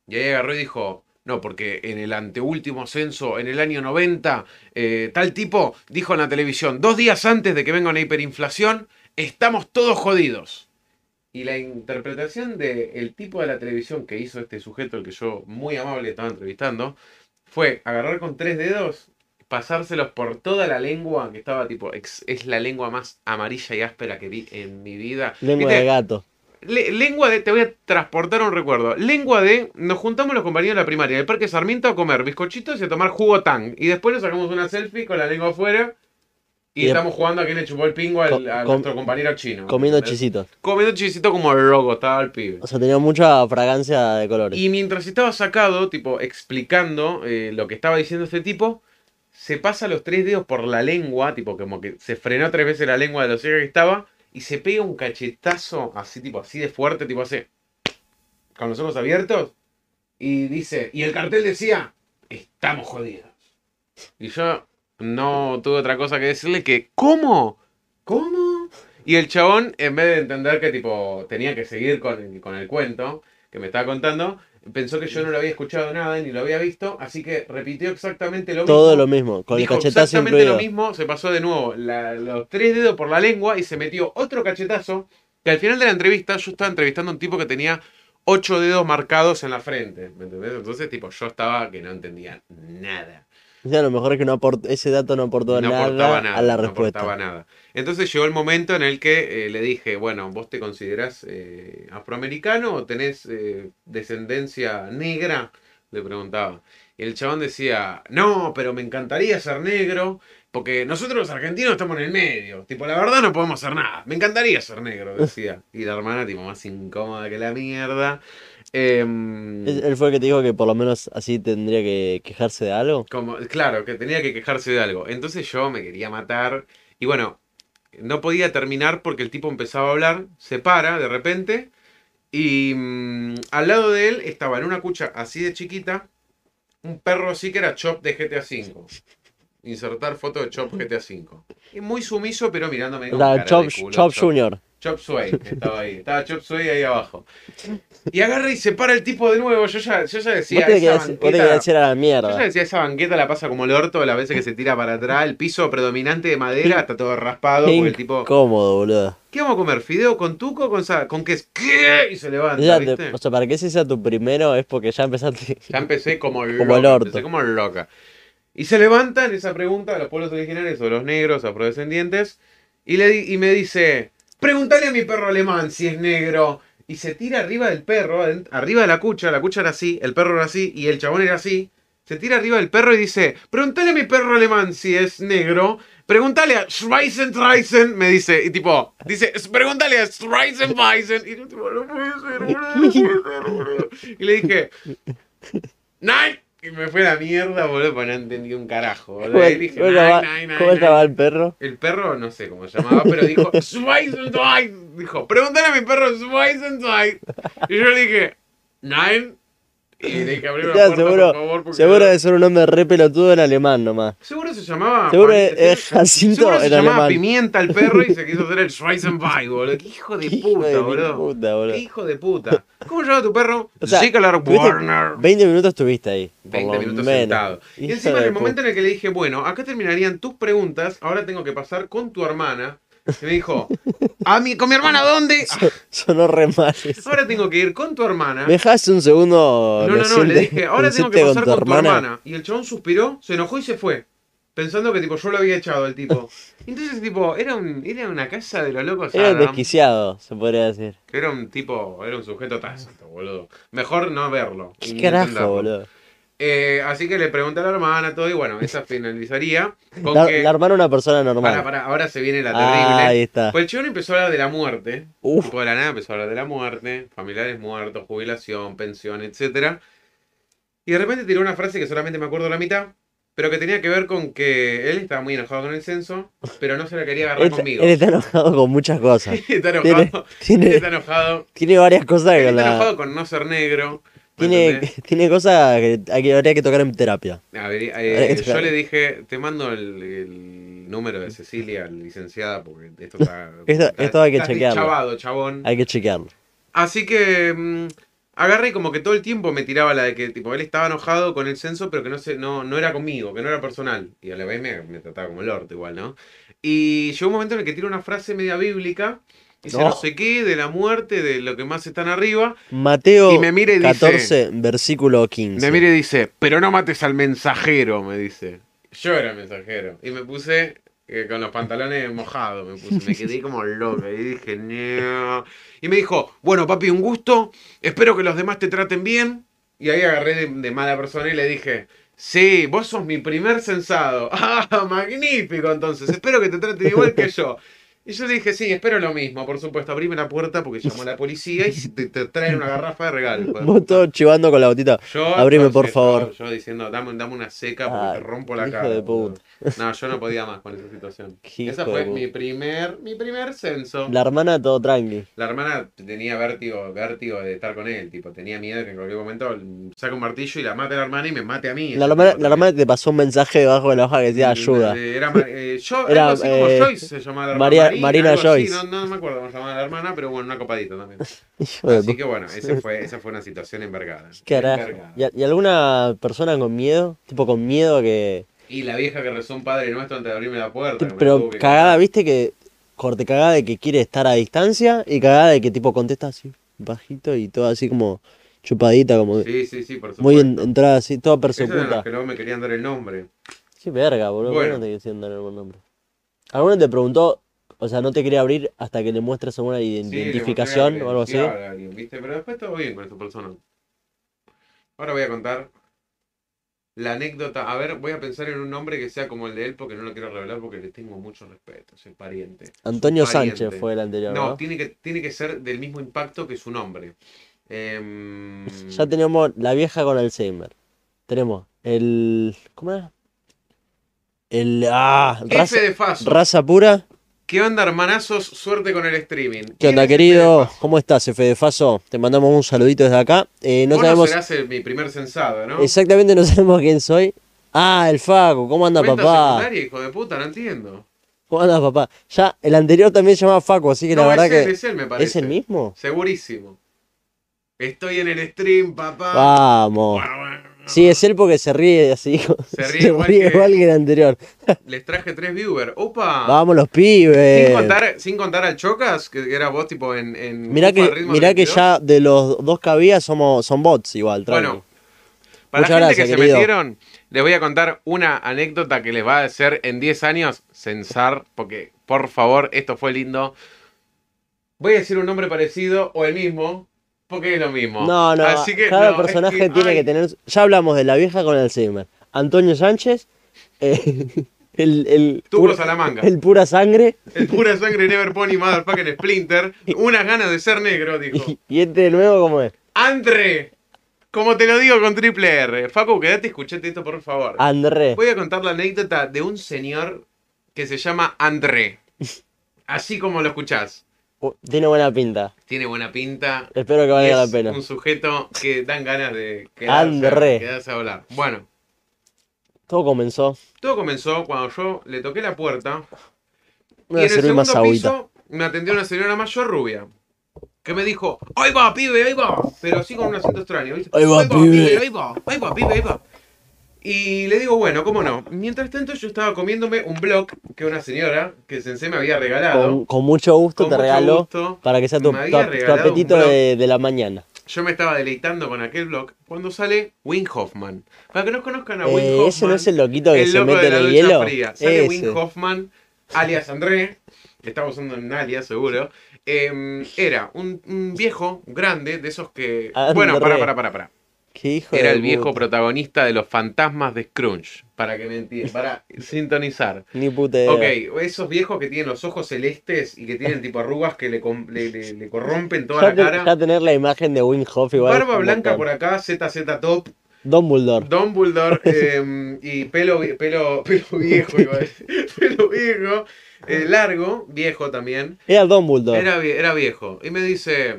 Speaker 2: Y ahí agarró y dijo, no, porque en el anteúltimo censo, en el año 90, eh, tal tipo dijo en la televisión, dos días antes de que venga una hiperinflación, estamos todos jodidos. Y la interpretación del tipo de la televisión que hizo este sujeto, el que yo muy amable estaba entrevistando, fue agarrar con tres dedos, pasárselos por toda la lengua, que estaba tipo, ex- es la lengua más amarilla y áspera que vi en mi vida.
Speaker 1: Lengua
Speaker 2: ¿Viste?
Speaker 1: de gato.
Speaker 2: Le- lengua de, te voy a transportar un recuerdo. Lengua de, nos juntamos los compañeros de la primaria del Parque Sarmiento a comer bizcochitos y a tomar jugo tang. Y después nos sacamos una selfie con la lengua afuera y,
Speaker 1: Y de-
Speaker 2: estamos jugando a quien le chupó el pingo al,
Speaker 1: Com-
Speaker 2: a
Speaker 1: com-
Speaker 2: nuestro compañero chino.
Speaker 1: Comiendo
Speaker 2: ¿entendés?
Speaker 1: chisitos.
Speaker 2: Comiendo chisito como el loco, estaba el pibe.
Speaker 1: O sea, tenía mucha fragancia de colores.
Speaker 2: Y mientras estaba sacado, tipo, explicando eh, lo que estaba diciendo este tipo, se pasa los tres dedos por la lengua, tipo, como que se frenó tres veces la lengua de lo ciego que estaba, y se pega un cachetazo así, tipo, así de fuerte, tipo, hace, con los ojos abiertos, y dice, y el cartel decía, estamos jodidos. Y yo no tuve otra cosa que decirle que, ¿cómo? ¿Cómo? Y el chabón, en vez de entender que, tipo, tenía que seguir con, con el cuento que me estaba contando, pensó que yo no lo había escuchado nada ni lo había visto, así que repitió exactamente lo mismo.
Speaker 1: Todo lo mismo, con el
Speaker 2: Dijo
Speaker 1: cachetazo
Speaker 2: exactamente
Speaker 1: incluido.
Speaker 2: lo mismo, se pasó de nuevo la- los tres dedos por la lengua y se metió otro cachetazo. Que al final de la entrevista, yo estaba entrevistando a un tipo que tenía ocho dedos marcados en la frente. ¿Me entendés? Entonces, tipo, yo estaba que no entendía nada.
Speaker 1: O sea, lo mejor es que no aport- ese dato no aportó
Speaker 2: no
Speaker 1: nada,
Speaker 2: aportaba nada.
Speaker 1: a la
Speaker 2: no
Speaker 1: respuesta.
Speaker 2: aportaba nada. Entonces llegó el momento en el que eh, le dije, bueno, ¿vos te considerás eh, afroamericano o tenés eh, descendencia negra? Le preguntaba. Y el chabón decía, no, pero me encantaría ser negro, porque nosotros los argentinos estamos en el medio. Tipo, la verdad no podemos hacer nada. Me encantaría ser negro, decía. Y la hermana, tipo, más incómoda que la mierda. Em,
Speaker 1: Es- Él fue el que te dijo que por lo menos así tendría que quejarse de algo.
Speaker 2: como, claro, que tenía que quejarse de algo. Entonces yo me quería matar. Y bueno, no podía terminar porque el tipo empezaba a hablar, se para de repente. Y mm, al lado de él estaba en una cucha así de chiquita, un perro así que era Chop de GTA V. Insertar foto de Chop GTA V. Y muy sumiso, pero mirándome con cara
Speaker 1: Era
Speaker 2: de
Speaker 1: Chop,
Speaker 2: culo,
Speaker 1: Chop
Speaker 2: Chop.
Speaker 1: Junior.
Speaker 2: Chop Suey estaba ahí. Estaba Chop Suey ahí abajo. Y agarra y se para el tipo de nuevo. Yo ya, yo ya decía.
Speaker 1: vos te
Speaker 2: esa
Speaker 1: querías, vos te
Speaker 2: banqueta-
Speaker 1: querías ir a la
Speaker 2: yo ya
Speaker 1: mierda.
Speaker 2: decía, esa banqueta la pasa como el orto, las veces que se tira para atrás, el piso predominante de madera está todo raspado, porque el tipo,
Speaker 1: Incómodo, boludo.
Speaker 2: ¿qué vamos a comer? ¿Fideo con tuco o con, sa- con qué? ¿Qué? Y se levanta,
Speaker 1: Ya te-
Speaker 2: ¿viste?
Speaker 1: o sea, para que ese sea tu primero es porque ya empezaste. [LAUGHS]
Speaker 2: Ya empecé como loca,
Speaker 1: Como el orto.
Speaker 2: empecé como loca. Y se levantan esa pregunta de los pueblos originarios o los negros, afrodescendientes, y, le, di- y me dice, pregúntale a mi perro alemán si es negro. Y se tira arriba del perro, adent- arriba de la cucha, la cucha era así, el perro era así, y el chabón era así. Se tira arriba del perro y dice, pregúntale a mi perro alemán si es negro. Pregúntale a Schweizentreisen, me dice, y tipo, dice, pregúntale a Schweizenweisen. Y yo tipo, no puede ser, boludo, no puede ser, boludo. Y le dije, ¡Nine! Y me fue a la mierda, boludo, porque no entendí un carajo, boludo.
Speaker 1: ¿Cómo,
Speaker 2: Y dije,
Speaker 1: cómo
Speaker 2: "Nine,
Speaker 1: estaba,
Speaker 2: nine, nine,
Speaker 1: cómo
Speaker 2: nine".
Speaker 1: estaba el perro?
Speaker 2: El perro, no sé cómo se llamaba, pero dijo, Schweizenweiss. Dijo, pregúntale a mi perro Schweizenweiss. Y yo le dije, Nine. Y le dije, abrí una
Speaker 1: Ya,
Speaker 2: puerta,
Speaker 1: seguro,
Speaker 2: por favor, porque-
Speaker 1: seguro debe ser un hombre re pelotudo en alemán nomás.
Speaker 2: Seguro se llamaba.
Speaker 1: Seguro
Speaker 2: Pani-
Speaker 1: es- es Jacinto
Speaker 2: seguro se
Speaker 1: en
Speaker 2: llamaba
Speaker 1: alemán.
Speaker 2: Pimienta el perro y se quiso hacer el
Speaker 1: [LAUGHS]
Speaker 2: Schweizenbach, boludo. Qué hijo de
Speaker 1: Qué hijo
Speaker 2: puta,
Speaker 1: de mi
Speaker 2: boludo.
Speaker 1: puta, boludo.
Speaker 2: Qué hijo de puta. ¿Cómo llama tu perro?
Speaker 1: O sea,
Speaker 2: Ziegler
Speaker 1: tuviste
Speaker 2: Warner.
Speaker 1: 20 minutos estuviste ahí. por
Speaker 2: 20
Speaker 1: lo
Speaker 2: minutos
Speaker 1: menos.
Speaker 2: sentado. Y
Speaker 1: Hijo
Speaker 2: encima en
Speaker 1: de
Speaker 2: el momento
Speaker 1: puta. [LAUGHS]
Speaker 2: en el que le dije, bueno, acá terminarían tus preguntas, ahora tengo que pasar con tu hermana. Y me dijo, ¿A mi, ¿con mi hermana a
Speaker 1: [LAUGHS]
Speaker 2: dónde? Ah,
Speaker 1: Sonó re mal eso.
Speaker 2: Ahora tengo que ir con tu hermana.
Speaker 1: ¿Me dejas un segundo?
Speaker 2: No, no, no, le
Speaker 1: decirte-
Speaker 2: dije, ahora tengo que
Speaker 1: decirte
Speaker 2: pasar con tu hermana. Y el chabón suspiró, se enojó y se fue. Pensando que tipo yo lo había echado
Speaker 1: [LAUGHS]
Speaker 2: el tipo. Entonces, tipo, era un, era una casa de los locos.
Speaker 1: Era un
Speaker 2: Adam,
Speaker 1: desquiciado, se podría decir.
Speaker 2: que era un tipo, era un sujeto tácito, boludo. Mejor no verlo.
Speaker 1: ¿Qué
Speaker 2: ni
Speaker 1: carajo,
Speaker 2: entenderlo.
Speaker 1: boludo?
Speaker 2: Eh, así que le pregunté a la hermana todo
Speaker 1: [LAUGHS]
Speaker 2: y bueno, esa finalizaría. Con
Speaker 1: La,
Speaker 2: que,
Speaker 1: la hermana es una persona
Speaker 2: Pará,
Speaker 1: normal.
Speaker 2: pará, ahora se viene la terrible.
Speaker 1: Ah, ahí está.
Speaker 2: Pues el chabón empezó a hablar de la muerte.
Speaker 1: Uf.
Speaker 2: Tipo de la nada empezó a hablar de la muerte, familiares muertos, jubilación, pensión, etcétera. Y de repente tiró una frase que solamente me acuerdo la mitad, pero que tenía que ver con que él estaba muy enojado con el censo, pero no se la quería agarrar
Speaker 1: Él,
Speaker 2: conmigo.
Speaker 1: este, él está enojado con muchas cosas.
Speaker 2: [LAUGHS] Está
Speaker 1: tiene,
Speaker 2: enojado.
Speaker 1: tiene,
Speaker 2: Está enojado.
Speaker 1: tiene varias cosas
Speaker 2: Él
Speaker 1: que
Speaker 2: está
Speaker 1: la.
Speaker 2: enojado con no ser negro. ¿me
Speaker 1: Tiene,
Speaker 2: entendés?
Speaker 1: tiene cosas que hay que- habría que tocar en terapia. [LAUGHS]
Speaker 2: A ver, eh, yo
Speaker 1: Claro.
Speaker 2: le dije, te mando el, el número de Cecilia, licenciada, porque
Speaker 1: [LAUGHS]
Speaker 2: esto está.
Speaker 1: Esto-
Speaker 2: está-
Speaker 1: esto hay que
Speaker 2: estás
Speaker 1: chequearlo.
Speaker 2: deschavado, chabón.
Speaker 1: Hay que chequearlo.
Speaker 2: Así que mm, agarré y como que todo el tiempo me tiraba la de que tipo él estaba enojado con el censo, pero que no se, no, no era conmigo, que no era personal. Y a la vez me, me trataba como el orto igual, ¿no? Y llegó un momento en el que tira una frase media bíblica, dice no.
Speaker 1: No.
Speaker 2: sé qué, de la muerte, de lo que más están arriba.
Speaker 1: Mateo
Speaker 2: Y me mira y dice-
Speaker 1: 14, versículo 15.
Speaker 2: Me mira y dice, pero no mates al mensajero, me dice. Yo era el mensajero. Y me puse eh, con los pantalones [LAUGHS] mojados, me puse. Me quedé como loco. Y dije, no. Y me dijo, bueno, papi, un gusto. Espero que los demás te traten bien. Y ahí agarré de, de mala persona y le dije, sí, vos sos mi primer censado. [LAUGHS] Ah, magnífico, entonces. Espero que te traten igual que yo. Y yo le dije, sí, espero lo mismo, por supuesto. Abrime la puerta porque llamó la policía y te, te traen una garrafa de regalo. hijo de
Speaker 1: Vos todo chivando con la botita.
Speaker 2: yo,
Speaker 1: Abrime, por
Speaker 2: entonces,
Speaker 1: favor.
Speaker 2: Yo, yo diciendo, dame, dame una seca porque
Speaker 1: Ah,
Speaker 2: te rompo la
Speaker 1: hijo
Speaker 2: cara.
Speaker 1: de
Speaker 2: boludo.
Speaker 1: puta.
Speaker 2: No, yo no podía más con esa situación.
Speaker 1: [LAUGHS] Qué
Speaker 2: Esa
Speaker 1: hijo
Speaker 2: fue
Speaker 1: de puta.
Speaker 2: mi primer, mi primer censo. La...
Speaker 1: La hermana todo tranqui.
Speaker 2: hermana tenía vértigo, vértigo de estar con él, tipo, tenía miedo de que en cualquier momento saque un martillo y la mate a la hermana y me mate a mí.
Speaker 1: La hermana, la hermana te pasó un mensaje debajo de la hoja que decía ayuda.
Speaker 2: Eh, Era, Mar- eh, yo,
Speaker 1: Era,
Speaker 2: algo así como
Speaker 1: eh,
Speaker 2: Joyce se llamaba la hermana.
Speaker 1: María- Marina
Speaker 2: algo así,
Speaker 1: Joyce.
Speaker 2: no, no me acuerdo cómo se llamaba la hermana, pero bueno, una
Speaker 1: [LAUGHS]
Speaker 2: copadita también.
Speaker 1: Hijo de
Speaker 2: Así
Speaker 1: puta. [LAUGHS]
Speaker 2: que bueno, ese fue, esa fue una situación envergada.
Speaker 1: Carajo.
Speaker 2: Envergada.
Speaker 1: ¿Y, a- y alguna persona con miedo? Tipo con miedo que.
Speaker 2: Y la vieja que rezó un Padre Nuestro antes de abrirme la puerta. que me tuvo
Speaker 1: Pero
Speaker 2: que
Speaker 1: cagada,
Speaker 2: cagar.
Speaker 1: viste que. Corte cagada de que quiere estar a distancia y cagada de que tipo contesta así, bajito y todo así como chupadita, como que
Speaker 2: Sí, sí, sí, por supuesto.
Speaker 1: muy en- entrada así, toda
Speaker 2: Esos eran los
Speaker 1: persecuta.
Speaker 2: que luego me querían dar el nombre.
Speaker 1: Qué verga, boludo. ¿por qué
Speaker 2: Bueno.
Speaker 1: no te quisieron dar el buen nombre? Alguno te preguntó, o sea, no te quería abrir hasta que le muestres alguna
Speaker 2: Sí,
Speaker 1: ident-
Speaker 2: le
Speaker 1: identificación
Speaker 2: mostré
Speaker 1: o algo así.
Speaker 2: credencial a alguien, ¿viste? Pero después todo bien con esa persona. Ahora voy a contar la anécdota. A ver, voy a pensar en un nombre que sea como el de él porque no lo quiero revelar porque le tengo mucho respeto. Soy pariente.
Speaker 1: Antonio
Speaker 2: Su pariente.
Speaker 1: Sánchez fue el anterior, ¿no?
Speaker 2: No, tiene que, tiene que ser del mismo impacto que su nombre. Em,
Speaker 1: [LAUGHS] Ya tenemos la vieja con Alzheimer. Tenemos el. ¿Cómo era? El. Ah, raza,
Speaker 2: F de Faso.
Speaker 1: raza pura.
Speaker 2: ¿Qué onda, hermanazos? Suerte con el streaming.
Speaker 1: ¿Qué onda,
Speaker 2: ¿Quién es el
Speaker 1: querido?
Speaker 2: F de Faso?
Speaker 1: ¿Cómo estás, F de Faso? Te mandamos un saludito desde acá. Eh, no
Speaker 2: Vos
Speaker 1: sabemos
Speaker 2: serás el- mi primer censado, ¿no?
Speaker 1: exactamente, no sabemos quién soy. Ah, el Facu, ¿cómo anda,
Speaker 2: Cuenta
Speaker 1: papá?
Speaker 2: secundaria, hijo de puta, no entiendo.
Speaker 1: ¿Cómo anda, papá? Ya, el anterior también se llamaba Facu, así que la
Speaker 2: no,
Speaker 1: verdad
Speaker 2: es
Speaker 1: que.
Speaker 2: él, es él, me parece.
Speaker 1: ¿Es el mismo?
Speaker 2: Segurísimo. Estoy en el stream, papá.
Speaker 1: Vamos. Sí, es él porque se ríe así. [LAUGHS] Se
Speaker 2: ríe igual que-
Speaker 1: igual que el anterior.
Speaker 2: [LAUGHS] Les traje tres viewers. Opa.
Speaker 1: Vamos, los
Speaker 2: Sin
Speaker 1: pibes.
Speaker 2: contar, sin contar al Chocas, que era vos tipo en... en
Speaker 1: Mirá
Speaker 2: Ufa,
Speaker 1: que,
Speaker 2: Ritmo
Speaker 1: mirá que
Speaker 2: 92.
Speaker 1: ya de los dos que había somos, son bots igual, tranqui.
Speaker 2: Bueno. Para
Speaker 1: Muchas
Speaker 2: la gente
Speaker 1: gracias,
Speaker 2: que se
Speaker 1: querido.
Speaker 2: metieron, les voy a contar una anécdota que les va a hacer en 10 años censar, porque por favor, esto fue lindo. Voy a decir un nombre parecido o el mismo, porque es lo mismo.
Speaker 1: no, no,
Speaker 2: ah, Así que,
Speaker 1: cada
Speaker 2: no, es
Speaker 1: personaje
Speaker 2: que-
Speaker 1: tiene
Speaker 2: ay,
Speaker 1: que tener... Ya hablamos de la vieja con Alzheimer. Antonio Sánchez, eh, [LAUGHS] el, el,
Speaker 2: Tuco
Speaker 1: pura- [LAUGHS]
Speaker 2: Salamanga.
Speaker 1: el pura sangre
Speaker 2: El pura sangre Never Pony Motherfucking Splinter. Unas ganas de ser negro, dijo.
Speaker 1: [LAUGHS] y, y este de nuevo como es.
Speaker 2: Andre, como te lo digo con triple R. Facu, quédate y escuchate esto, por favor.
Speaker 1: André.
Speaker 2: Voy a contar la anécdota de un señor que se llama André. Así como lo escuchás.
Speaker 1: Oh, Tiene buena pinta.
Speaker 2: Tiene buena pinta.
Speaker 1: Espero que valga
Speaker 2: es
Speaker 1: la pena.
Speaker 2: un sujeto que dan ganas de quedarse,
Speaker 1: André.
Speaker 2: quedarse a hablar. Bueno,
Speaker 1: Todo comenzó.
Speaker 2: todo comenzó cuando yo le toqué la puerta
Speaker 1: Me
Speaker 2: y
Speaker 1: voy a
Speaker 2: en el
Speaker 1: servir
Speaker 2: segundo
Speaker 1: más agüita.
Speaker 2: piso me atendió una señora mayor rubia que me dijo, ¡Ahí va, pibe, ahí va! Pero así con un acento extraño. ¿viste?
Speaker 1: Ahí va, pibe.
Speaker 2: ahí va, ahí va, pibe, ahí va. Y le digo, bueno, cómo no. Mientras tanto yo estaba comiéndome un blog que una señora que Sensei me había regalado.
Speaker 1: Con, con mucho gusto
Speaker 2: Con
Speaker 1: te
Speaker 2: mucho
Speaker 1: regalo
Speaker 2: gusto.
Speaker 1: para que sea tu,
Speaker 2: Me había
Speaker 1: tu- tu
Speaker 2: regalado un
Speaker 1: apetito
Speaker 2: blog.
Speaker 1: de, de la mañana.
Speaker 2: Yo me estaba deleitando con aquel blog cuando sale Wing Hoffman. Para que no conozcan a
Speaker 1: Eh,
Speaker 2: Wing Hoffman.
Speaker 1: ¿Ese no es el loquito que
Speaker 2: el
Speaker 1: se
Speaker 2: loco
Speaker 1: mete
Speaker 2: de
Speaker 1: en
Speaker 2: la
Speaker 1: el
Speaker 2: ducha
Speaker 1: hielo?
Speaker 2: fría. Sale
Speaker 1: Ese.
Speaker 2: Wing Hoffman, alias André, que estaba usando un alias seguro. eh, era un, un viejo grande de esos que.
Speaker 1: André.
Speaker 2: Bueno, para, para, para, para.
Speaker 1: Qué hijo
Speaker 2: Era
Speaker 1: de
Speaker 2: el viejo
Speaker 1: puta.
Speaker 2: protagonista de los fantasmas de Scrooge. Para que me enti- para sintonizar.
Speaker 1: Ni puta idea.
Speaker 2: Ok, esos viejos que tienen los ojos celestes y que tienen tipo arrugas que le, com- le- le- le corrompen toda
Speaker 1: Ya,
Speaker 2: la
Speaker 1: te- eh,
Speaker 2: cara.
Speaker 1: ya tener la imagen de Wing Hoff igual. es
Speaker 2: Barba
Speaker 1: como
Speaker 2: blanca
Speaker 1: tan-
Speaker 2: por acá, ZZ Top,
Speaker 1: Dumbledore.
Speaker 2: Don
Speaker 1: [LAUGHS]
Speaker 2: Bulldor em, y pelo, vi- pelo, pelo viejo, iba a
Speaker 1: [LAUGHS]
Speaker 2: decir. [LAUGHS] pelo viejo, eh, largo, viejo también,
Speaker 1: Era Dumbledore.
Speaker 2: era, vie- era viejo. Y me dice,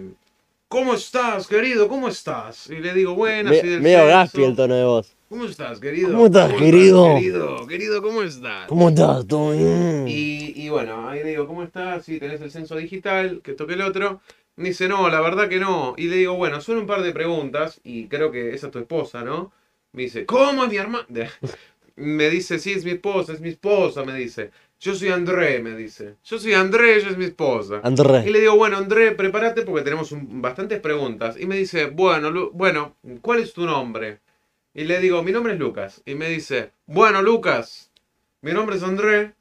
Speaker 2: ¿cómo estás, querido? ¿Cómo estás? Y le digo, bueno,
Speaker 1: Me-
Speaker 2: soy del
Speaker 1: medio
Speaker 2: censo.
Speaker 1: Gaspi el tono de voz.
Speaker 2: ¿Cómo estás, querido?
Speaker 1: ¿Cómo estás, querido?
Speaker 2: querido? Querido, ¿cómo estás?
Speaker 1: ¿Cómo estás? ¿Todo bien?
Speaker 2: Y, y bueno, ahí le digo, ¿cómo estás? Sí, tenés el censo digital, que toque el otro. Me dice, no, la verdad que no. Y le digo, bueno, son un par de preguntas, y creo que esa es tu esposa, ¿no? Me dice, ¿cómo es mi hermana? [LAUGHS] Me dice, sí, es mi esposa, es mi esposa, me dice. Yo soy André, me dice. Yo soy André, ella es mi esposa. Y
Speaker 1: André.
Speaker 2: le digo, bueno, André, prepárate porque tenemos un- bastantes preguntas. Y me dice, bueno, Lu- bueno, ¿cuál es tu nombre? Y le digo, mi nombre es Lucas. Y me dice, bueno, Lucas, mi nombre es André.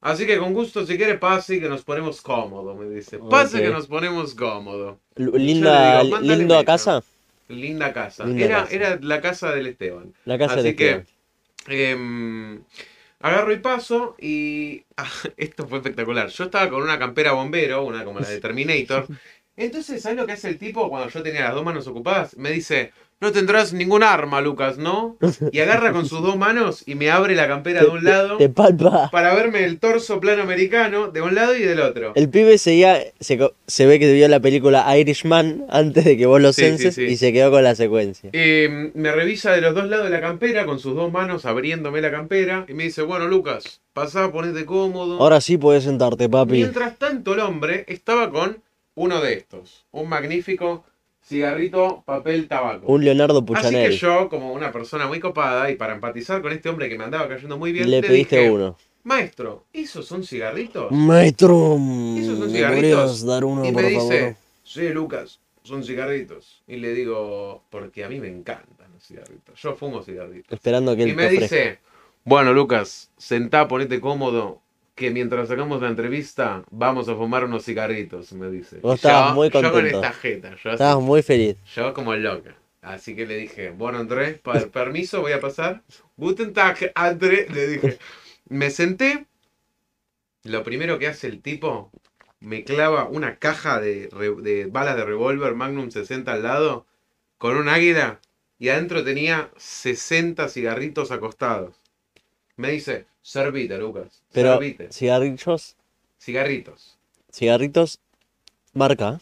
Speaker 2: Así que con gusto, si quieres, pase y que nos ponemos cómodo, me dice. Pase
Speaker 1: Ok.
Speaker 2: que nos ponemos cómodo.
Speaker 1: Lu- Linda,
Speaker 2: le digo, mándale
Speaker 1: lindo a
Speaker 2: mail,
Speaker 1: casa.
Speaker 2: Linda casa.
Speaker 1: Linda
Speaker 2: era,
Speaker 1: casa.
Speaker 2: era la casa del Esteban.
Speaker 1: La casa
Speaker 2: Así
Speaker 1: de
Speaker 2: que, Em, agarro y paso y... [LAUGHS] ah, esto fue espectacular. Yo estaba con una campera bombero, una como la de Terminator. Entonces, ¿sabes lo que hace el tipo cuando yo tenía las dos manos ocupadas? Me dice, no tendrás ningún arma, Lucas, ¿no? Y agarra con sus dos manos y me abre la campera de un lado
Speaker 1: Te palpa.
Speaker 2: para verme el torso plano americano de un lado y del otro.
Speaker 1: El pibe seguía, se, co- se ve que vio la película Irishman antes de que vos lo
Speaker 2: Sí, sí,
Speaker 1: censes
Speaker 2: sí.
Speaker 1: y se quedó con la secuencia.
Speaker 2: Eh, me revisa de los dos lados de la campera con sus dos manos abriéndome la campera y me dice, bueno, Lucas, pasá, ponete cómodo.
Speaker 1: Ahora sí podés sentarte, papi.
Speaker 2: Mientras tanto, el hombre estaba con uno de estos, un magnífico cigarrito, papel, tabaco.
Speaker 1: Un Leonardo
Speaker 2: Así que
Speaker 1: Puchanelli.
Speaker 2: yo, como una persona muy copada y para empatizar con este hombre que me andaba cayendo muy bien,
Speaker 1: Le pediste
Speaker 2: dije,
Speaker 1: uno.
Speaker 2: maestro, ¿esos son cigarritos?
Speaker 1: Maestro,
Speaker 2: ¿Esos son
Speaker 1: ¿me
Speaker 2: cigarritos?
Speaker 1: podrías dar uno,
Speaker 2: y
Speaker 1: por
Speaker 2: me
Speaker 1: favor?
Speaker 2: dice, sí, Lucas, son cigarritos. Y le digo, porque a mí me encantan los cigarritos. Yo fumo cigarritos.
Speaker 1: Esperando que
Speaker 2: Y
Speaker 1: él
Speaker 2: me
Speaker 1: te ofrezca.
Speaker 2: dice, bueno, Lucas, sentá, ponete cómodo, que mientras sacamos la entrevista vamos a fumar unos cigarritos, me dice.
Speaker 1: Vos
Speaker 2: Y
Speaker 1: estabas muy
Speaker 2: Yo con
Speaker 1: contento.
Speaker 2: esta jeta, yo, así,
Speaker 1: Estabas muy feliz.
Speaker 2: yo como loca. Así que le dije, bueno, Andrés, para el permiso voy a pasar. Guten Tag, Andrés, le dije. Me senté, lo primero que hace el tipo, me clava una caja de, re- de balas de revólver Magnum 60 al lado, con un águila, y adentro tenía 60 cigarritos acostados. Me dice, servite, Lucas,
Speaker 1: Pero
Speaker 2: servite.
Speaker 1: cigarrillos,
Speaker 2: Cigarritos.
Speaker 1: cigarritos, marca.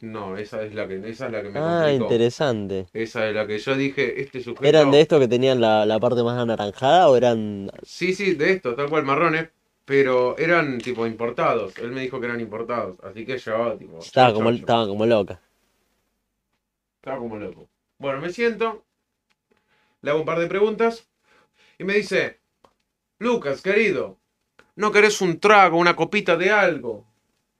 Speaker 2: No, esa es la que, esa es la que me
Speaker 1: Ah,
Speaker 2: complicó.
Speaker 1: interesante.
Speaker 2: Esa es la que yo dije, este sujeto...
Speaker 1: ¿Eran de estos que tenían la, la parte más anaranjada o eran
Speaker 2: Sí, sí, de esto, tal cual, marrones, pero eran tipo importados. Él me dijo que eran importados, así que yo, tipo.
Speaker 1: Estaba
Speaker 2: yo,
Speaker 1: como,
Speaker 2: yo,
Speaker 1: estaba como loca.
Speaker 2: estaba como loco. Bueno, me siento, le hago un par de preguntas y me dice: Lucas, querido, ¿no querés un trago, una copita de algo?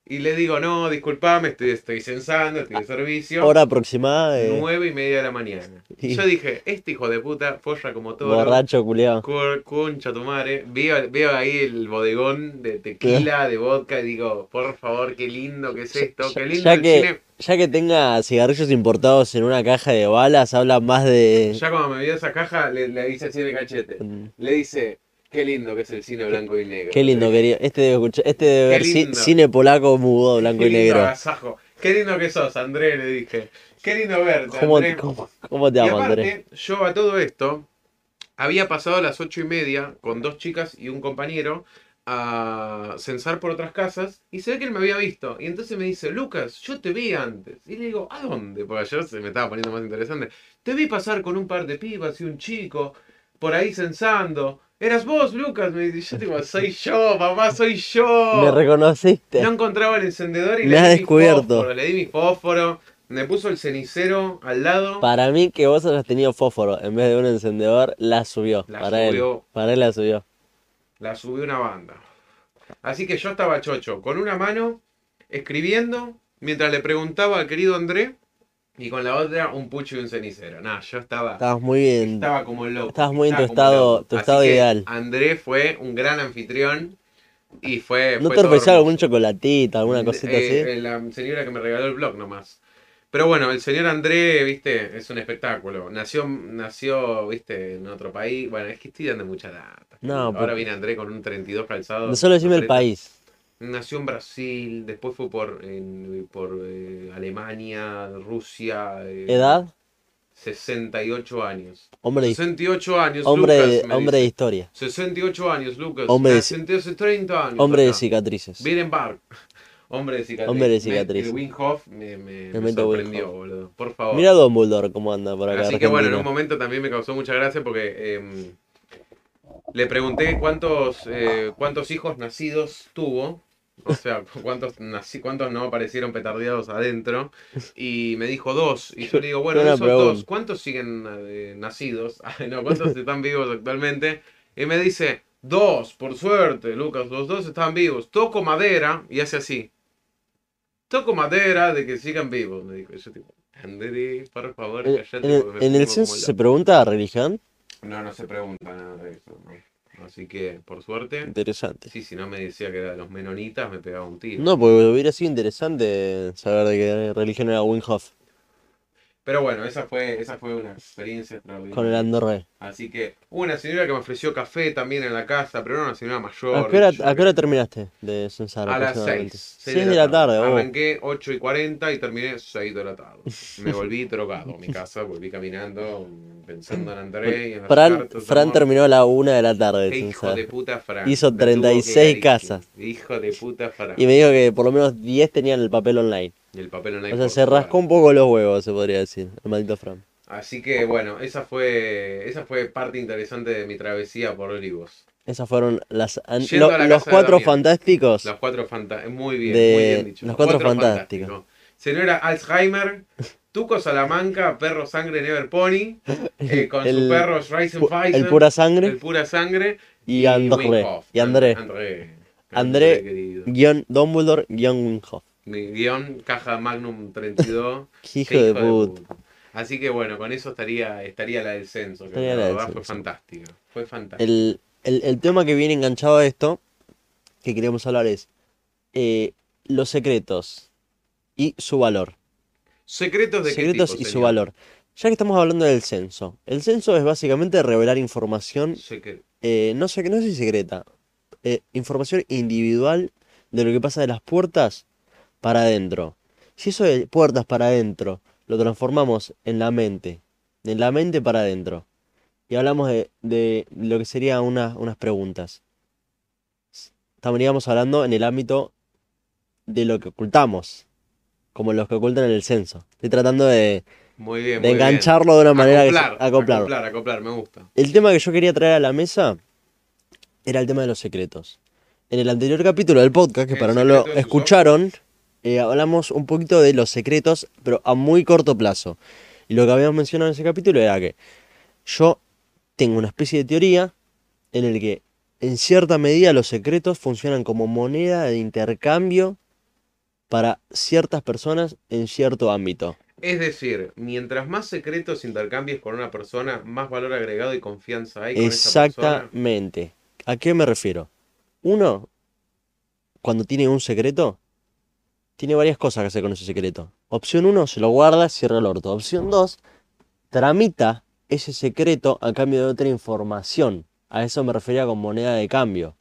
Speaker 2: Y le digo: No, disculpame, estoy, estoy censando, estoy de servicio.
Speaker 1: Hora aproximada de
Speaker 2: Nueve y media de la mañana.
Speaker 1: Sí.
Speaker 2: Yo dije: Este hijo de puta, folla como todo.
Speaker 1: borracho culeado.
Speaker 2: Cor- Concha tu madre. Veo, veo ahí el bodegón de tequila, de vodka, y digo, por favor, qué lindo que es esto, qué lindo
Speaker 1: Ya
Speaker 2: el
Speaker 1: que,
Speaker 2: cine.
Speaker 1: ya que tenga cigarrillos importados en una caja de balas, habla más de...
Speaker 2: Ya cuando me vio esa caja, le, le dice así de cachete.
Speaker 1: Mm,
Speaker 2: Le dice, qué lindo que es el cine blanco y negro.
Speaker 1: Qué lindo, querido. Este debe, escuchar, este debe
Speaker 2: Qué
Speaker 1: ver ci-
Speaker 2: lindo.
Speaker 1: cine polaco mudo, blanco
Speaker 2: Qué
Speaker 1: y
Speaker 2: lindo
Speaker 1: negro.
Speaker 2: agasajo. Qué lindo que sos, André, le dije. Qué lindo verte,
Speaker 1: ¿Cómo,
Speaker 2: André.
Speaker 1: cómo- cómo te
Speaker 2: Y
Speaker 1: amo,
Speaker 2: aparte,
Speaker 1: Andrés?
Speaker 2: yo a todo esto había pasado a las ocho y media con dos chicas y un compañero a censar por otras casas y se ve que él me había visto. Y entonces me dice, Lucas, yo te vi antes. Y le digo, ¿a dónde? Porque ayer se me estaba poniendo más interesante. Te vi pasar con un par de pibas y un chico por ahí censando. Eras vos, Lucas. Me dice, yo digo, soy yo, papá, soy yo.
Speaker 1: Me reconociste.
Speaker 2: No encontraba el encendedor y
Speaker 1: Me
Speaker 2: le
Speaker 1: has
Speaker 2: di
Speaker 1: descubierto.
Speaker 2: mi fósforo. Le di mi fósforo, me puso el cenicero al lado.
Speaker 1: Para mí que vos hayas tenido fósforo en vez de un encendedor, la subió.
Speaker 2: La
Speaker 1: para él.
Speaker 2: subió.
Speaker 1: Para él la subió.
Speaker 2: la subí una banda. Así que yo estaba chocho, con una mano escribiendo, mientras le preguntaba al querido André, y con la otra un pucho y un cenicero. Nada, yo estaba,
Speaker 1: Estabas muy bien.
Speaker 2: estaba como loco.
Speaker 1: estabas muy en tu
Speaker 2: como
Speaker 1: estado-
Speaker 2: loco.
Speaker 1: tu
Speaker 2: Así
Speaker 1: estado
Speaker 2: que
Speaker 1: ideal.
Speaker 2: André fue un gran anfitrión y fue.
Speaker 1: ¿No
Speaker 2: fue
Speaker 1: te
Speaker 2: todo
Speaker 1: ofreció
Speaker 2: hermoso.
Speaker 1: algún chocolatito, alguna cosita
Speaker 2: Eh,
Speaker 1: así?
Speaker 2: eh, La señora que me regaló el blog nomás. Pero bueno, el señor André, viste, es un espectáculo. Nació, nació, viste, en otro país. Bueno, es que estoy dando mucha data.
Speaker 1: No,
Speaker 2: Ahora
Speaker 1: porque-
Speaker 2: viene André con un 32 calzado.
Speaker 1: No solo decime el país.
Speaker 2: Nació en Brasil, después fue por, en- por eh, Alemania, Rusia. eh,
Speaker 1: ¿Edad?
Speaker 2: 68 años.
Speaker 1: Hombre, de-
Speaker 2: 68 años,
Speaker 1: hombre, de-
Speaker 2: Lucas. me
Speaker 1: hombre de
Speaker 2: dice.
Speaker 1: historia.
Speaker 2: 68 años, Lucas. Ah,
Speaker 1: Hombre de-
Speaker 2: Naciste hace 30 años.
Speaker 1: Hombre de
Speaker 2: acá.
Speaker 1: cicatrices.
Speaker 2: Viren Bark. [LAUGHS] Hombre de cicatriz.
Speaker 1: Hombre de
Speaker 2: Me-
Speaker 1: cicatriz.
Speaker 2: el Wim Hof me, me-
Speaker 1: Me
Speaker 2: me
Speaker 1: meto
Speaker 2: sorprendió,
Speaker 1: Wim
Speaker 2: boludo. Por favor.
Speaker 1: Mira a Don Buldor cómo anda por acá.
Speaker 2: Así que bueno, en
Speaker 1: Argentina.
Speaker 2: un momento también me causó mucha gracia porque em, le pregunté cuántos, eh, cuántos hijos nacidos tuvo. O sea, [LAUGHS] cuántos, naci- cuántos no aparecieron petardeados adentro. Y me dijo dos. Y yo le digo, bueno,
Speaker 1: Buena
Speaker 2: de esos dos,
Speaker 1: pregunta.
Speaker 2: ¿cuántos siguen eh, nacidos? [LAUGHS] Ay, no, ¿cuántos están vivos actualmente? Y me dice, dos, por suerte, Lucas, los dos están vivos. Toco madera y hace así. Toco madera de que sigan vivos, me dijo. Yo tipo, André, por favor,
Speaker 1: En-
Speaker 2: callate.
Speaker 1: en el-
Speaker 2: porque me
Speaker 1: en el
Speaker 2: pongo como
Speaker 1: censo
Speaker 2: loco".
Speaker 1: se pregunta religión.
Speaker 2: No, no se pregunta nada de eso. ¿no? Así que, por suerte,
Speaker 1: Interesante.
Speaker 2: sí, si no me decía que era de los menonitas, me pegaba un tiro.
Speaker 1: No, porque hubiera sido interesante saber de qué religión era Winhoff
Speaker 2: Pero bueno, esa fue, esa fue una experiencia extraordinaria.
Speaker 1: con el Andorre.
Speaker 2: Así que, hubo una señora que me ofreció café también en la casa, pero era una señora mayor.
Speaker 1: ¿A qué hora,
Speaker 2: yo
Speaker 1: a qué
Speaker 2: qué
Speaker 1: hora terminanaste de censar?
Speaker 2: A las
Speaker 1: aproximadamente?
Speaker 2: 6.
Speaker 1: Seis de la tarde. oh.
Speaker 2: Arranqué 8 y 40 y terminé 6 de la tarde. Me volví drogado a mi casa, volví caminando, pensando en André y en las
Speaker 1: Fran,
Speaker 2: cartas,
Speaker 1: Fran
Speaker 2: amor.
Speaker 1: terminó a la 1 de la tarde de
Speaker 2: Qué hijo
Speaker 1: censar.
Speaker 2: de puta Fran.
Speaker 1: Hizo
Speaker 2: Me tuvo que
Speaker 1: 36
Speaker 2: cariño.
Speaker 1: casas.
Speaker 2: Hijo de puta Fran.
Speaker 1: Y me dijo que por lo menos 10 tenían el papel online.
Speaker 2: Y el papel online
Speaker 1: O sea,
Speaker 2: por
Speaker 1: se
Speaker 2: fuera.
Speaker 1: rascó un poco los huevos, se podría decir, el maldito Fran.
Speaker 2: Así que bueno, esa fue, esa fue parte interesante de mi travesía por Olivos.
Speaker 1: Esas fueron las an-
Speaker 2: Yendo
Speaker 1: lo-
Speaker 2: a la
Speaker 1: los
Speaker 2: casa de
Speaker 1: cuatro
Speaker 2: Damián.
Speaker 1: fantásticos.
Speaker 2: Los cuatro fantásticos. Muy bien,
Speaker 1: De-
Speaker 2: muy bien dicho.
Speaker 1: los cuatro fantásticos.
Speaker 2: Señora
Speaker 1: [LAUGHS]
Speaker 2: Alzheimer, Tuco Salamanca, Perro Sangre Never Pony, eh, con
Speaker 1: El-
Speaker 2: su perro Ryzen
Speaker 1: pu-
Speaker 2: Pfizer.
Speaker 1: el pura sangre.
Speaker 2: El pura sangre.
Speaker 1: Y André,
Speaker 2: Wim Hof.
Speaker 1: y André.
Speaker 2: André.
Speaker 1: André-
Speaker 2: querido.
Speaker 1: Guión Dumbledore, guión Winhoff.
Speaker 2: Mi guión, caja Magnum 32.
Speaker 1: [LAUGHS] Qué hijo de puta.
Speaker 2: Así que bueno, con eso estaría, estaría la del censo, que
Speaker 1: Estaría
Speaker 2: la,
Speaker 1: la del
Speaker 2: verdad fue
Speaker 1: censo.
Speaker 2: fantástica. Fue fantástica.
Speaker 1: El, el- el tema que viene enganchado a esto, que queríamos hablar es eh, los secretos y su valor.
Speaker 2: Secretos de qué
Speaker 1: Secretos
Speaker 2: tipo,
Speaker 1: y su
Speaker 2: señor?
Speaker 1: valor. Ya que estamos hablando del censo, el censo es básicamente revelar información,
Speaker 2: Secre-
Speaker 1: eh, no sé, no sé si secreta, eh, información individual de lo que pasa de las puertas para adentro. Si eso de puertas para adentro lo transformamos en la mente, de la mente para adentro, y hablamos de, de lo que serían unas preguntas, estaríamos hablando en el ámbito de lo que ocultamos, como los que ocultan en el censo. Estoy tratando de,
Speaker 2: Muy bien,
Speaker 1: de
Speaker 2: muy bien.
Speaker 1: engancharlo de una manera que se-
Speaker 2: acoplar,
Speaker 1: acoplarlo.
Speaker 2: acoplar, acoplar, me gusta.
Speaker 1: El tema que yo quería traer a la mesa era el tema de los secretos. En el anterior capítulo del podcast, que
Speaker 2: El
Speaker 1: para no lo
Speaker 2: secreto de sus
Speaker 1: escucharon, eh, hablamos un poquito de los secretos, pero a muy corto plazo. Y lo que habíamos mencionado en ese capítulo era que yo tengo una especie de teoría en el que, en cierta medida, los secretos funcionan como moneda de intercambio para ciertas personas en cierto ámbito.
Speaker 2: Es decir, mientras más secretos intercambies con una persona, más valor agregado y confianza hay con esa persona.
Speaker 1: Exactamente. ¿A qué me refiero? Uno, cuando tiene un secreto, tiene varias cosas que hacer con ese secreto. Opción uno, se lo guarda, cierra el orto. Opción dos, tramita ese secreto a cambio de otra información. A eso me refería con moneda de cambio.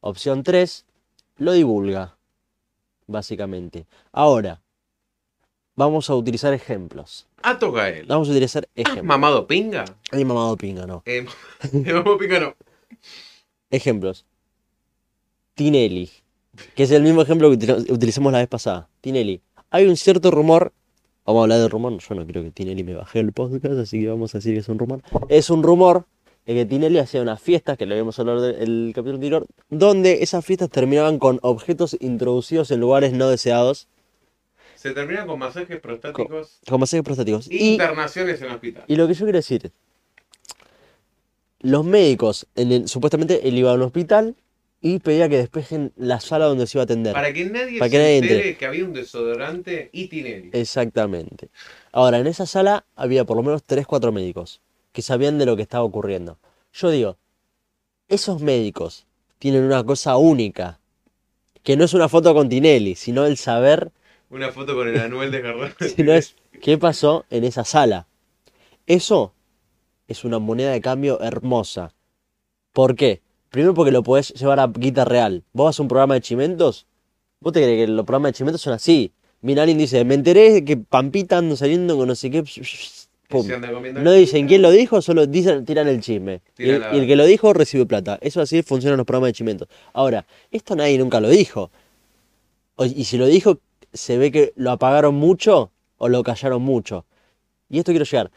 Speaker 1: Opción tres, lo divulga, básicamente. Ahora, vamos a utilizar ejemplos.
Speaker 2: Ato Gael.
Speaker 1: Vamos a utilizar
Speaker 2: ¿Has
Speaker 1: ejemplos.
Speaker 2: mamado pinga? [LAUGHS]
Speaker 1: Ay, mamado pinga, no.
Speaker 2: Eh, mamado pinga no.
Speaker 1: Ejemplos. Tinelli, que es el mismo ejemplo que util- utilizamos la vez pasada. Tinelli, hay un cierto rumor, vamos a hablar de rumor, yo no creo que Tinelli me baje el podcast, así que vamos a decir que es un rumor. Es un rumor de que Tinelli hacía unas fiestas, que lo habíamos hablado del el capítulo anterior, donde esas fiestas terminaban con objetos introducidos en lugares no deseados,
Speaker 2: Se terminan con masajes prostáticos,
Speaker 1: como masajes prostáticos. Y-
Speaker 2: internaciones en hospital.
Speaker 1: y lo que yo quiero decir, los médicos, en el- supuestamente él iba a un hospital y pedía que despejen la sala donde se iba a atender.
Speaker 2: Para que nadie
Speaker 1: Para
Speaker 2: se
Speaker 1: que nadie
Speaker 2: entere
Speaker 1: entre. Eh.
Speaker 2: que había un desodorante y Tinelli.
Speaker 1: Exactamente. Ahora, en esa sala había por lo menos 3, 4 médicos que sabían de lo que estaba ocurriendo. Yo digo, esos médicos tienen una cosa única, que no es una foto con Tinelli, sino el saber
Speaker 2: Una foto con el Anuel de Garrón.
Speaker 1: [LAUGHS] si no es qué pasó en esa sala. Eso es una moneda de cambio hermosa. ¿Por qué? Primero porque lo podés llevar a guita real. Vos vas a un programa de chimentos, vos te crees que los programas de chimentos son así. Mira, alguien dice, me enteré de que Pampita anda saliendo con no sé qué. Pum.
Speaker 2: Se anda comiendo.
Speaker 1: No dicen quién lo dijo, solo dicen, tiran el chisme. Y
Speaker 2: Tiran
Speaker 1: el,
Speaker 2: la
Speaker 1: y el
Speaker 2: data.
Speaker 1: que lo dijo recibe plata. Eso así funcionan los programas de chimentos. Ahora, esto nadie nunca lo dijo. O- y si lo dijo, se ve que lo apagaron mucho o lo callaron mucho. Y esto quiero llegar.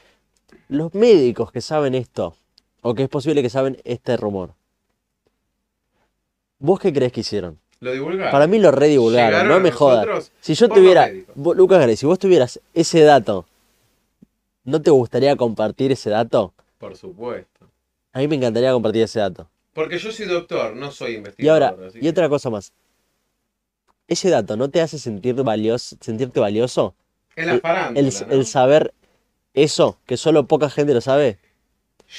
Speaker 1: Los médicos que saben esto, o que es posible que saben este rumor, ¿vos qué crees que hicieron?
Speaker 2: Lo divulgaron.
Speaker 1: Para mí lo redivulgaron,
Speaker 2: Llegaron
Speaker 1: no
Speaker 2: a
Speaker 1: me jodas.
Speaker 2: nosotros
Speaker 1: Si yo
Speaker 2: por los
Speaker 1: tuviera,
Speaker 2: médicos.
Speaker 1: vos- Lucas Gray, si vos tuvieras ese dato, ¿no te gustaría compartir ese dato?
Speaker 2: Por supuesto.
Speaker 1: A mí me encantaría compartir ese dato.
Speaker 2: Porque yo soy doctor, no soy
Speaker 1: Y ahora,
Speaker 2: investigador. así
Speaker 1: y
Speaker 2: que-
Speaker 1: otra cosa más. Ese dato no te hace sentir valioso, sentirte valioso.
Speaker 2: En la farándula.
Speaker 1: El,
Speaker 2: ¿no?
Speaker 1: el saber eso, que solo poca gente lo sabe.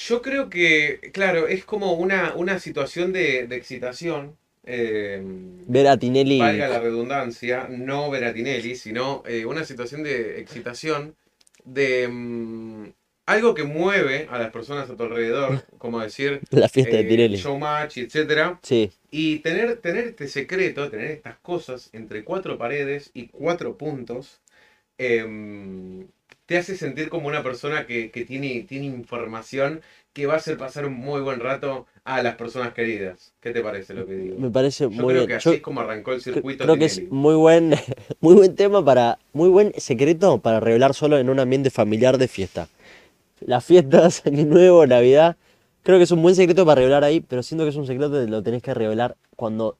Speaker 2: Yo creo que, claro, es como una, una situación de, de excitación. eh,
Speaker 1: Ver a Tinelli.
Speaker 2: valga la redundancia, no ver a Tinelli, sino eh, una situación de excitación de mm, algo que mueve a las personas a tu alrededor, como decir
Speaker 1: La fiesta de
Speaker 2: eh,
Speaker 1: Tinelli.
Speaker 2: showmatch, etcétera.
Speaker 1: Sí,
Speaker 2: Y tener, tener este secreto, tener estas cosas entre cuatro paredes y cuatro puntos, em, te hace sentir como una persona que, que tiene, tiene información que va a hacer pasar un muy buen rato a las personas queridas. ¿Qué te parece lo que digo?
Speaker 1: me parece
Speaker 2: Yo
Speaker 1: Mm, muy
Speaker 2: creo
Speaker 1: bien.
Speaker 2: que así
Speaker 1: Yo
Speaker 2: es como arrancó el
Speaker 1: cre-
Speaker 2: circuito
Speaker 1: creo que es
Speaker 2: Tinelli.
Speaker 1: muy buen, [LAUGHS] muy buen tema para. Muy buen secreto para revelar solo en un ambiente familiar de fiesta. Las fiestas, [LAUGHS] Año Nuevo, Navidad. Creo que es un buen secreto para revelar ahí, pero siento que es un secreto que lo tenés que revelar cuando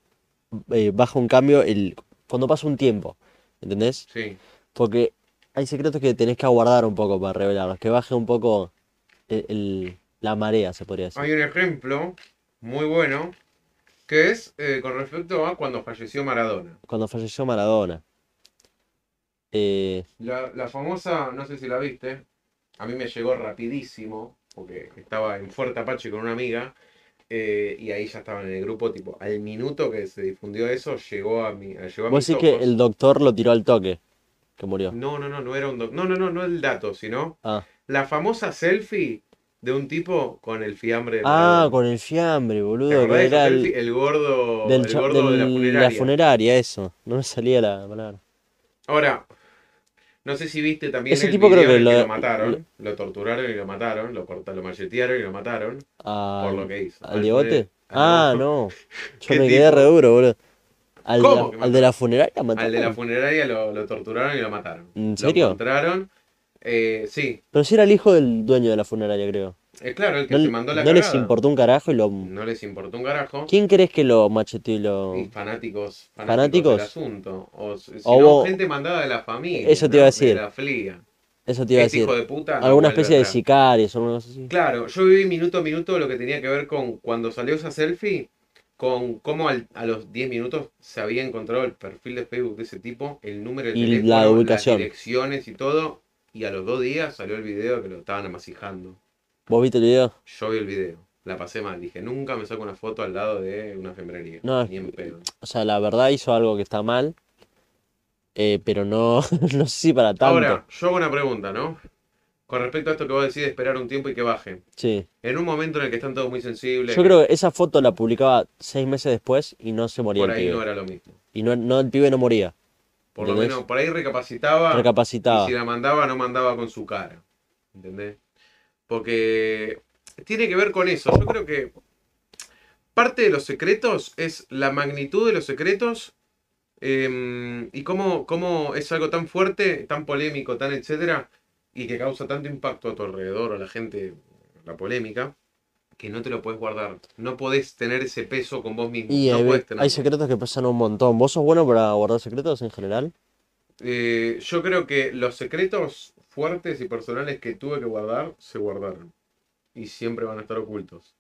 Speaker 1: eh, baja un cambio, el, cuando pasa un tiempo. ¿Entendés?
Speaker 2: Sí.
Speaker 1: Porque hay secretos que tenés que aguardar un poco para revelarlos, que baje un poco el- el- la marea, se podría decir.
Speaker 2: Hay un ejemplo muy bueno que es eh, con respecto a cuando falleció Maradona.
Speaker 1: Cuando falleció Maradona. Eh,
Speaker 2: La, la famosa, no sé si la viste, a mí me llegó rapidísimo, porque estaba en Fuerte Apache con una amiga, eh, y ahí ya estaban en el grupo, tipo, al minuto que se difundió eso, llegó a mi, llegó a
Speaker 1: vos
Speaker 2: mis
Speaker 1: decís que
Speaker 2: ojos.
Speaker 1: el doctor lo tiró al toque, que murió.
Speaker 2: No, no, no, no era un doc- No, no, no, no el dato, sino
Speaker 1: Ah,
Speaker 2: la famosa selfie de un tipo con el fiambre de
Speaker 1: Ah,
Speaker 2: Maradona.
Speaker 1: con el fiambre,
Speaker 2: ¿Te
Speaker 1: boludo,
Speaker 2: acordás
Speaker 1: que
Speaker 2: de esa
Speaker 1: era el,
Speaker 2: selfie? El gordo,
Speaker 1: del
Speaker 2: el
Speaker 1: cha-
Speaker 2: gordo de la
Speaker 1: del-
Speaker 2: funeraria.
Speaker 1: eso. No me salía la palabra.
Speaker 2: Ahora, no sé si viste también
Speaker 1: Ese
Speaker 2: el
Speaker 1: tipo
Speaker 2: video
Speaker 1: creo que
Speaker 2: en el
Speaker 1: lo-
Speaker 2: que lo mataron, lo torturaron y lo mataron, lo corta- lo machetearon y lo mataron.
Speaker 1: Al,
Speaker 2: lo que hizo.
Speaker 1: ¿Al
Speaker 2: Al
Speaker 1: Diegote?
Speaker 2: funeral.
Speaker 1: Ah,
Speaker 2: Ah, [LAUGHS]
Speaker 1: no. Yo
Speaker 2: ¿Qué
Speaker 1: me quedé
Speaker 2: tipo?
Speaker 1: re duro, boludo. Al, de
Speaker 2: ¿Cómo
Speaker 1: la,
Speaker 2: que
Speaker 1: al
Speaker 2: mataron?
Speaker 1: de la funeraria
Speaker 2: Al de
Speaker 1: mataron.
Speaker 2: la funeraria lo, lo torturaron y lo mataron.
Speaker 1: ¿En
Speaker 2: Lo
Speaker 1: serio?
Speaker 2: encontraron. Eh, sí,
Speaker 1: Pero si era el hijo del dueño de la funeraria, creo.
Speaker 2: es claro, el que
Speaker 1: No,
Speaker 2: se mandó la
Speaker 1: no les
Speaker 2: cagada.
Speaker 1: importó un carajo y lo.
Speaker 2: No les importó un carajo.
Speaker 1: ¿Quién crees que lo macheteó y lo.?
Speaker 2: Y fanáticos, fanáticos,
Speaker 1: ¿Fanáticos?
Speaker 2: del asunto. O, si no,
Speaker 1: hubo-
Speaker 2: gente mandada de la familia.
Speaker 1: Eso te iba a
Speaker 2: ¿no?
Speaker 1: decir.
Speaker 2: De la flia.
Speaker 1: Eso te iba a
Speaker 2: Este
Speaker 1: decir.
Speaker 2: hijo de puta no
Speaker 1: Alguna
Speaker 2: vuelve
Speaker 1: especie de
Speaker 2: atrás.
Speaker 1: sicarios o algo así.
Speaker 2: Claro, yo viví minuto a minuto lo que tenía que ver con cuando salió esa selfie, con cómo al- a los 10 minutos se había encontrado el perfil de Facebook de ese tipo, el número de
Speaker 1: Y la
Speaker 2: teléfono, las
Speaker 1: ubicación.
Speaker 2: direcciones y todo, y a los dos días salió el video que lo estaban amasijando.
Speaker 1: ¿Vos viste el video?
Speaker 2: Yo vi el video, la pasé mal, dije, nunca me saco una foto al lado de una fembrería,
Speaker 1: No,
Speaker 2: ni en pedo.
Speaker 1: O sea, la verdad hizo algo que está mal. eh, pero no, [LAUGHS] no sé si para tanto.
Speaker 2: Ahora, yo hago una pregunta, ¿no? Con respecto a esto que vos decís de esperar un tiempo y que baje.
Speaker 1: sí.
Speaker 2: En un momento en el que están todos muy sensibles,
Speaker 1: Yo creo que esa foto la publicaba seis meses después y no se moría
Speaker 2: por
Speaker 1: el
Speaker 2: ahí
Speaker 1: pibe.
Speaker 2: no era lo mismo.
Speaker 1: Y no, no, el pibe no moría.
Speaker 2: Por lo
Speaker 1: ¿Entendés?
Speaker 2: menos, por ahí recapacitaba.
Speaker 1: Recapacitaba.
Speaker 2: Y si la mandaba, no mandaba con su cara. ¿Entendés? Porque tiene que ver con eso. Yo creo que parte de los secretos es la magnitud de los secretos eh, y cómo, cómo es algo tan fuerte, tan polémico, tan etcétera, y que causa tanto impacto a tu alrededor, a la gente, la polémica, que no te lo puedes guardar. No podés tener ese peso con vos mismo.
Speaker 1: Y
Speaker 2: no
Speaker 1: hay,
Speaker 2: podés tener.
Speaker 1: hay secretos que pesan un montón. ¿Vos sos bueno para guardar secretos en general?
Speaker 2: Eh, yo creo que los secretos fuertes y personales que tuve que guardar, se guardaron. Y siempre van a estar ocultos.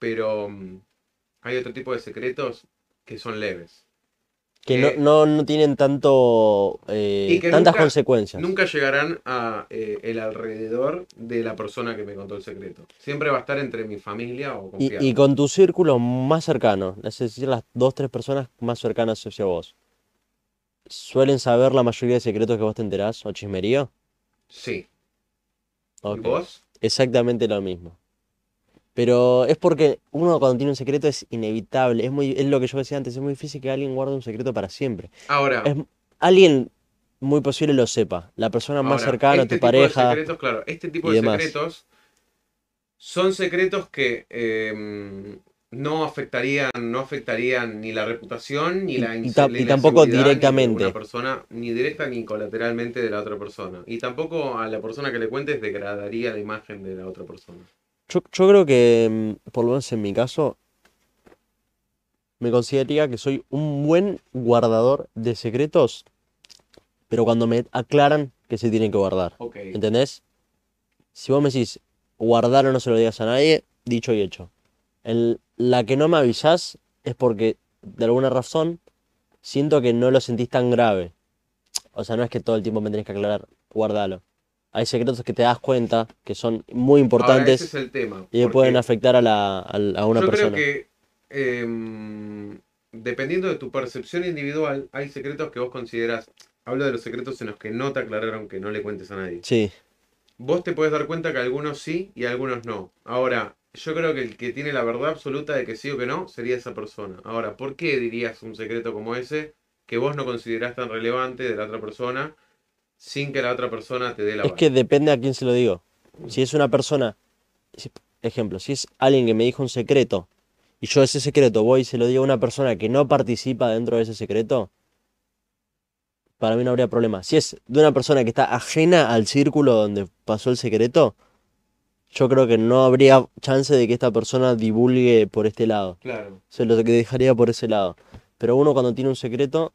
Speaker 2: Pero mm, hay otro tipo de secretos que son leves.
Speaker 1: Que
Speaker 2: Eh,
Speaker 1: no, no, no tienen tanto eh,
Speaker 2: y que
Speaker 1: tantas
Speaker 2: nunca-
Speaker 1: consecuencias.
Speaker 2: Nunca llegarán a eh, el alrededor de la persona que me contó el secreto. Siempre va a estar entre mi familia o
Speaker 1: Y,
Speaker 2: confianza.
Speaker 1: y con tu círculo más cercano, es decir, las dos, tres personas más cercanas hacia vos, ¿suelen saber la mayoría de secretos que vos te enterás o chismerío?
Speaker 2: Sí. ¿Y
Speaker 1: Ok.
Speaker 2: vos?
Speaker 1: Exactamente lo mismo. Pero es porque uno cuando tiene un secreto es inevitable, es muy, es lo que yo decía antes, es muy difícil que alguien guarde un secreto para siempre.
Speaker 2: Ahora,
Speaker 1: Es- alguien muy posible lo sepa, la persona más
Speaker 2: ahora,
Speaker 1: cercana,
Speaker 2: este
Speaker 1: tu
Speaker 2: tipo de
Speaker 1: pareja.
Speaker 2: secretos, claro, este tipo
Speaker 1: y
Speaker 2: de
Speaker 1: demás.
Speaker 2: secretos son secretos que eh, no afectarían, no afectarían ni la reputación, ni
Speaker 1: Y-
Speaker 2: la
Speaker 1: y
Speaker 2: inse-
Speaker 1: ta-
Speaker 2: ni
Speaker 1: y
Speaker 2: la
Speaker 1: tampoco
Speaker 2: seguridad, ni de
Speaker 1: directamente.
Speaker 2: una persona, ni directa ni colateralmente de la otra persona. Y tampoco a la persona que le cuentes degradaría la imagen de la otra persona.
Speaker 1: Yo, yo creo que, mm, por lo menos en mi caso, me consideraría que soy un buen guardador de secretos, pero cuando me aclaran que se tienen que guardar.
Speaker 2: Ok.
Speaker 1: ¿Entendés? Si vos me decís, guardar o no se lo digas a nadie, dicho y hecho. El- la que no me avisás es porque, de alguna razón, siento que no lo sentís tan grave. O sea, no es que todo el tiempo me tenés que aclarar, guardalo. Hay secretos que te das cuenta que son muy
Speaker 2: Ahora, ese
Speaker 1: importantes
Speaker 2: es el tema.
Speaker 1: y que
Speaker 2: porque-
Speaker 1: pueden afectar a, la, al- a una
Speaker 2: Yo
Speaker 1: persona.
Speaker 2: creo que em, dependiendo de tu percepción individual, hay secretos que vos consideras. Hablo de los secretos en los que no te aclararon que no le cuentes a nadie.
Speaker 1: Sí,
Speaker 2: Vos te podés dar cuenta que algunos sí y algunos no. Ahora, yo creo que el que tiene la verdad absoluta de que sí o que no sería esa persona. Ahora, ¿por qué dirías un secreto como ese que vos no considerás tan relevante de la otra persona sin que la otra persona te dé la
Speaker 1: es
Speaker 2: vara?
Speaker 1: que depende a quién se lo digo. Si es una persona, si- ejemplo, si es alguien que me dijo un secreto y yo ese secreto voy y se lo digo a una persona que no participa dentro de ese secreto, para mí no habría problema. Si es de una persona que está ajena al círculo donde pasó el secreto, yo creo que no habría chance de que esta persona divulgue por este lado.
Speaker 2: Claro.
Speaker 1: Se lo que dejaría por ese lado. Pero uno cuando tiene un secreto,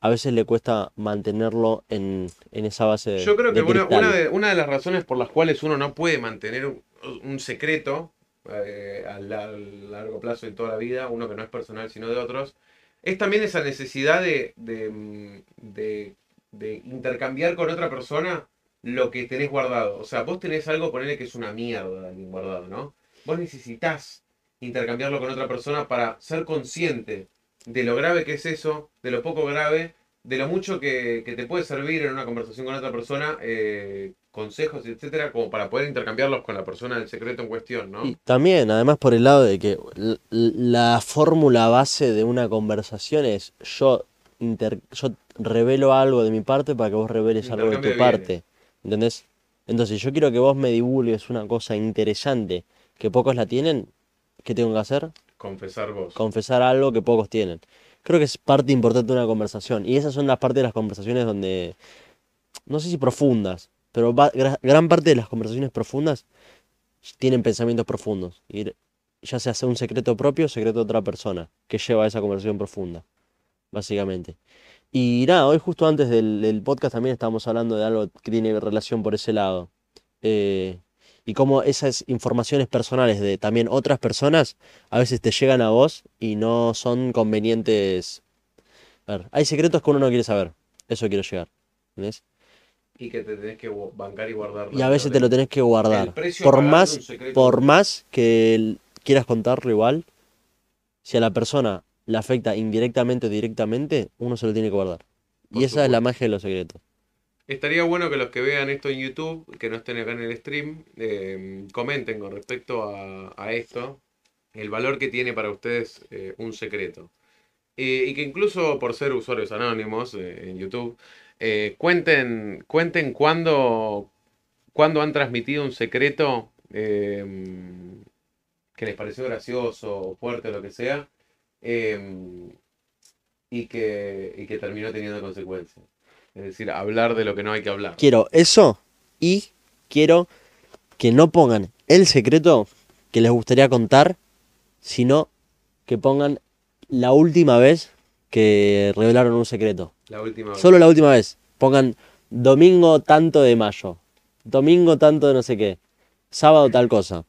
Speaker 1: a veces le cuesta mantenerlo en, en esa base de,
Speaker 2: Yo creo que
Speaker 1: de
Speaker 2: una,
Speaker 1: cristal.
Speaker 2: una de, una de las razones por las cuales uno no puede mantener un, un secreto eh, a, la- a largo plazo en toda la vida, uno que no es personal sino de otros, es también esa necesidad de, de, mm, de- de intercambiar con otra persona lo que tenés guardado. O sea, vos tenés algo, ponerle que es una mierda alguien guardado, ¿no? Vos necesitas intercambiarlo con otra persona para ser consciente de lo grave que es eso, de lo poco grave de lo mucho que, que te puede servir en una conversación con otra persona, eh, consejos, etcétera, como para poder intercambiarlos con la persona del secreto en cuestión, ¿no?
Speaker 1: Y también, además, por el lado de que l- l- la fórmula base de una conversación es yo, inter- yo revelo algo de mi parte para que vos reveles algo de tu
Speaker 2: Intercambio de
Speaker 1: parte. ¿Entendés? Entonces, yo quiero que vos me divulgues una cosa interesante que pocos la tienen. ¿Qué tengo que hacer?
Speaker 2: Confesar vos.
Speaker 1: Confesar algo que pocos tienen. Creo que es parte importante de una conversación. Y esas son las partes de las conversaciones donde, no sé si profundas, pero va- gra- gran parte de las conversaciones profundas tienen pensamientos profundos. Y ya se hace un secreto propio o secreto de otra persona que lleva a esa conversación profunda, básicamente. Y nada, hoy justo antes del, del podcast también estábamos hablando de algo que tiene relación por ese lado. Eh, y cómo esas informaciones personales de también otras personas a veces te llegan a vos y no son convenientes. A ver, hay secretos que uno no quiere saber. Eso quiero llegar. ¿entendés?
Speaker 2: Y que te tenés que gu- bancar y guardar.
Speaker 1: Y a veces te lo tenés que guardar.
Speaker 2: El precio a
Speaker 1: Por
Speaker 2: pagar de
Speaker 1: más,
Speaker 2: un secreto.
Speaker 1: por más que el- quieras contarlo igual, si a la persona le afecta indirectamente o directamente, uno se lo tiene que guardar.
Speaker 2: Por
Speaker 1: Y esa es la
Speaker 2: supuesto.
Speaker 1: magia de los secretos.
Speaker 2: Estaría bueno que los que vean esto en YouTube, que no estén acá en el stream, eh, comenten con respecto a, a esto, el valor que tiene para ustedes eh, un secreto. Eh, y que incluso por ser usuarios anónimos eh, en YouTube, eh, cuenten, cuenten cuándo, cuándo han transmitido un secreto eh, que les pareció gracioso o fuerte o lo que sea, eh, y, que, y que terminó teniendo consecuencias. Es decir, hablar de lo que no hay que hablar.
Speaker 1: Quiero eso y quiero que no pongan el secreto que les gustaría contar, sino que pongan la última vez que revelaron un secreto.
Speaker 2: La última vez.
Speaker 1: Solo la última vez. Pongan domingo tanto de mayo, domingo tanto de no sé qué, sábado tal cosa.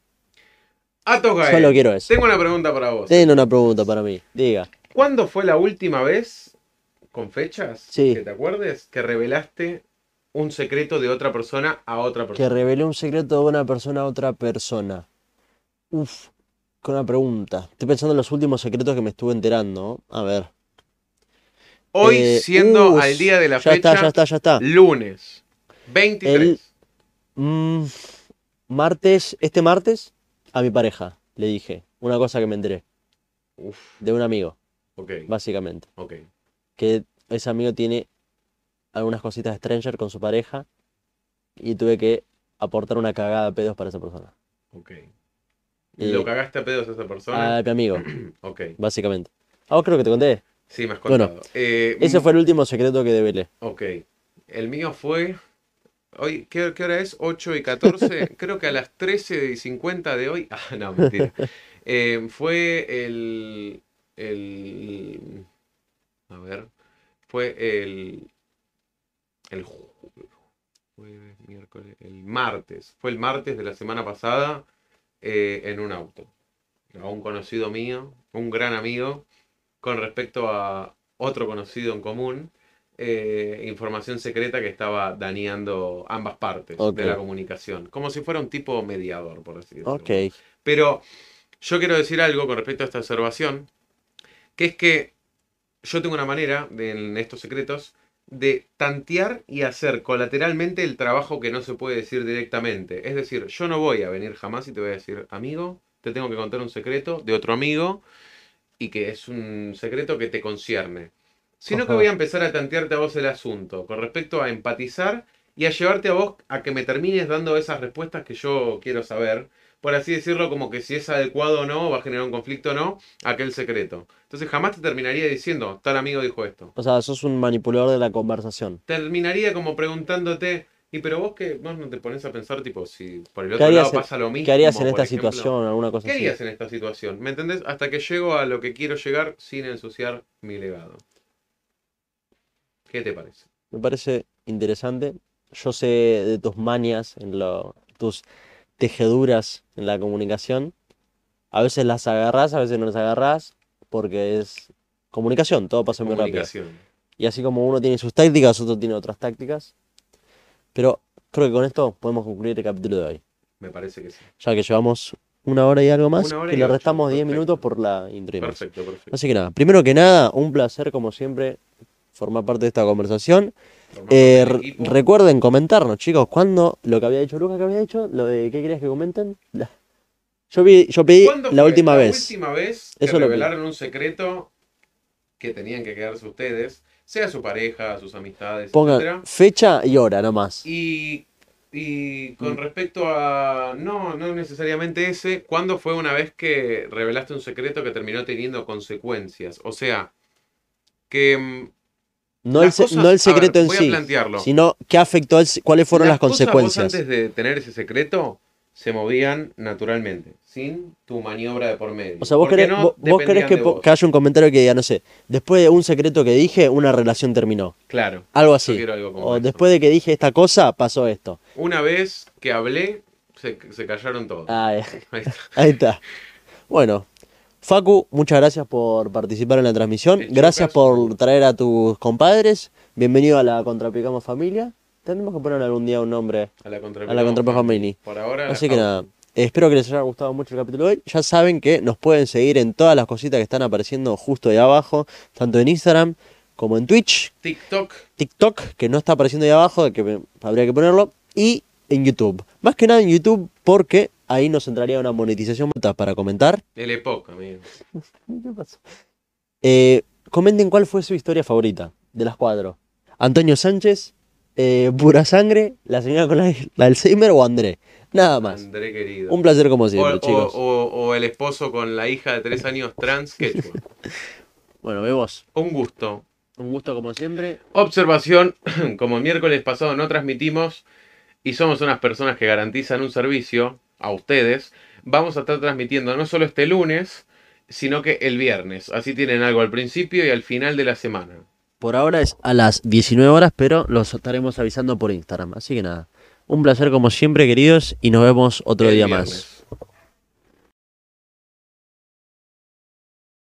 Speaker 2: Atos Gael,
Speaker 1: Solo quiero eso.
Speaker 2: Ah, Tengo una pregunta para vos.
Speaker 1: Tienen una pregunta para mí, diga.
Speaker 2: ¿Cuándo fue la última vez, con fechas,
Speaker 1: Sí.
Speaker 2: que te acuerdes, que revelaste un secreto de otra persona a otra
Speaker 1: Que
Speaker 2: persona?
Speaker 1: revelé un secreto de una persona a otra persona. Uf, con una pregunta. Estoy pensando en los últimos secretos que me estuve enterando. ¿no? A ver.
Speaker 2: Hoy,
Speaker 1: Eh,
Speaker 2: siendo
Speaker 1: uh,
Speaker 2: al día de la
Speaker 1: ya
Speaker 2: fecha,
Speaker 1: está, ya está, ya está.
Speaker 2: lunes 23.
Speaker 1: El- Mm, martes, este martes, a mi pareja le dije una cosa que me enteré
Speaker 2: Uf,
Speaker 1: de un amigo,
Speaker 2: ok,
Speaker 1: básicamente.
Speaker 2: ok.
Speaker 1: Que ese amigo tiene algunas cositas de Stranger con su pareja y tuve que aportar una cagada de pedos para esa persona.
Speaker 2: Ok.
Speaker 1: Eh,
Speaker 2: ¿Lo cagaste a pedos a esa persona?
Speaker 1: A mi amigo,
Speaker 2: [CLEARS THROAT] ok.
Speaker 1: básicamente. Ah, vos creo que te conté.
Speaker 2: Sí, me has
Speaker 1: Bueno,
Speaker 2: contado. Eh,
Speaker 1: Ese fue el último secreto que develé.
Speaker 2: Ok. El mío fue. Hoy, ¿qué, qué hora es? 8
Speaker 1: [LAUGHS]
Speaker 2: y 14. Creo que a las 13 y 50 de hoy. Ah, no, mentira. Eh, fue el. El. A ver. Fue el. El ju- jueves, miércoles. El martes. Fue el martes de la semana pasada eh, en un auto. A un conocido mío, un gran amigo, con respecto a otro conocido en común eh, información secreta que estaba dañando ambas partes
Speaker 1: Ok.
Speaker 2: de la comunicación, como si fuera un tipo mediador, por así decirlo.
Speaker 1: Ok.
Speaker 2: Pero yo quiero decir algo con respecto a esta observación, que es que yo tengo una manera de, en estos secretos de tantear y hacer colateralmente el trabajo que no se puede decir directamente. Es decir, yo no voy a venir jamás y te voy a decir, amigo, te tengo que contar un secreto de otro amigo y que es un secreto que te concierne. Sino que
Speaker 1: Ajá.
Speaker 2: voy a empezar a tantearte a vos el asunto con respecto a empatizar y a llevarte a vos a que me termines dando esas respuestas que yo quiero saber. Por así decirlo, como que si es adecuado o no, va a generar un conflicto o no, aquel secreto. Entonces jamás te terminaría diciendo, tal amigo dijo esto.
Speaker 1: O sea, sos un manipulador de la conversación.
Speaker 2: Terminaría como preguntándote, y pero vos que vos no te pones a pensar, tipo, si por el
Speaker 1: ¿Qué
Speaker 2: otro lado
Speaker 1: harías en-
Speaker 2: pasa lo mismo.
Speaker 1: ¿Qué harías en
Speaker 2: por
Speaker 1: esta
Speaker 2: ejemplo,
Speaker 1: situación o alguna cosa
Speaker 2: ¿Qué
Speaker 1: así?
Speaker 2: harías en esta situación? ¿Me entendés? Hasta que llego a lo que quiero llegar sin ensuciar mi legado. ¿Qué te parece?
Speaker 1: Me parece interesante. Yo sé de tus manias, en lo, tus tejeduras en la comunicación. A veces las agarrás, a veces no las agarrás, porque es comunicación, todo pasa muy rápido.
Speaker 2: Comunicación.
Speaker 1: Y así como uno tiene sus tácticas, otro tiene otras tácticas. Pero creo que con esto podemos concluir el capítulo de hoy,
Speaker 2: Me parece que sí.
Speaker 1: ya que llevamos una hora y algo más,
Speaker 2: Una hora
Speaker 1: que
Speaker 2: y
Speaker 1: le
Speaker 2: ocho,
Speaker 1: restamos 10
Speaker 2: perfecto.
Speaker 1: minutos por la intro. y más.
Speaker 2: Perfecto, perfecto.
Speaker 1: Así que nada, primero que nada, un placer como siempre formar parte de esta conversación.
Speaker 2: Formamos
Speaker 1: Eh,
Speaker 2: un
Speaker 1: re-
Speaker 2: equipo.
Speaker 1: recuerden comentarnos, chicos, cuando lo que había dicho Lucas que había dicho, lo de qué querías que comenten. La- Yo, vi- yo pedí
Speaker 2: ¿Cuándo
Speaker 1: la
Speaker 2: fue
Speaker 1: última
Speaker 2: la
Speaker 1: vez.
Speaker 2: última vez que
Speaker 1: Eso lo que-
Speaker 2: revelaron un secreto que tenían que quedarse ustedes, sea su pareja, sus amistades, etcétera?
Speaker 1: Pongan fecha y hora nomás.
Speaker 2: Y, y con
Speaker 1: Mm.
Speaker 2: respecto a. No, no necesariamente ese. ¿Cuándo fue una vez que revelaste un secreto que terminó teniendo consecuencias? O sea, que. mm,
Speaker 1: No el,
Speaker 2: las
Speaker 1: se-
Speaker 2: cosas-
Speaker 1: no el
Speaker 2: a
Speaker 1: secreto
Speaker 2: ver,
Speaker 1: en
Speaker 2: voy a
Speaker 1: sí,
Speaker 2: plantearlo.
Speaker 1: sino qué afectó, el- cuáles fueron las,
Speaker 2: cosas vos
Speaker 1: consecuencias.
Speaker 2: antes de tener ese secreto se movían naturalmente, sin tu maniobra de por medio.
Speaker 1: O sea, vos
Speaker 2: Porque
Speaker 1: querés,
Speaker 2: no
Speaker 1: vos- vos
Speaker 2: dependían
Speaker 1: querés que,
Speaker 2: de
Speaker 1: po-
Speaker 2: vos.
Speaker 1: que haya un comentario que diga, no sé, después de un secreto que dije, una relación terminó.
Speaker 2: Claro.
Speaker 1: Algo
Speaker 2: Yo
Speaker 1: así.
Speaker 2: quiero algo como
Speaker 1: O
Speaker 2: eso.
Speaker 1: después de que dije esta cosa, pasó esto.
Speaker 2: Una vez que hablé, se, se callaron todos.
Speaker 1: Ah, eh.
Speaker 2: [LAUGHS] Ahí está.
Speaker 1: [LAUGHS] Ahí está. Bueno, Facu, muchas gracias por participar en la transmisión.
Speaker 2: El
Speaker 1: Gracias
Speaker 2: Chocas.
Speaker 1: por traer a tus compadres. Bienvenido a la Contrapicamos Familia. Tendremos que poner algún día un nombre.
Speaker 2: A la contra
Speaker 1: A la Contrapajos Mini.
Speaker 2: Por ahora.
Speaker 1: Así que
Speaker 2: out.
Speaker 1: nada, espero que les haya gustado mucho el capítulo de hoy. Ya saben que nos pueden seguir en todas las cositas que están apareciendo justo ahí abajo, tanto en Instagram como en Twitch,
Speaker 2: TikTok.
Speaker 1: TikTok, que no está apareciendo ahí abajo, que me- habría que ponerlo, y en YouTube. Más que nada en YouTube porque ahí nos entraría una monetización para comentar.
Speaker 2: El Epoch, amigo.
Speaker 1: ¿Qué pasó? Eh, comenten cuál fue su historia favorita de las cuatro. Antonio Sánchez, eh, Pura Sangre, la señora con la, la Alzheimer o André. Nada más.
Speaker 2: André querido.
Speaker 1: Un placer como
Speaker 2: o,
Speaker 1: siempre,
Speaker 2: o-
Speaker 1: chicos.
Speaker 2: o- o el esposo con la hija de tres años trans
Speaker 1: [LAUGHS]
Speaker 2: quechua.
Speaker 1: Bueno, Bebos,
Speaker 2: Un gusto.
Speaker 1: un gusto como siempre.
Speaker 2: Observación, [CLEARS THROAT] como miércoles pasado no transmitimos y somos unas personas que garantizan un servicio a ustedes, vamos a estar transmitiendo no solo este lunes, sino que el viernes. Así tienen algo al principio y al final de la semana.
Speaker 1: Por ahora es a las 19 horas, pero los estaremos avisando por Instagram. Así que nada, un placer como siempre, queridos, y nos vemos otro
Speaker 2: El
Speaker 1: día
Speaker 2: viernes.
Speaker 1: más.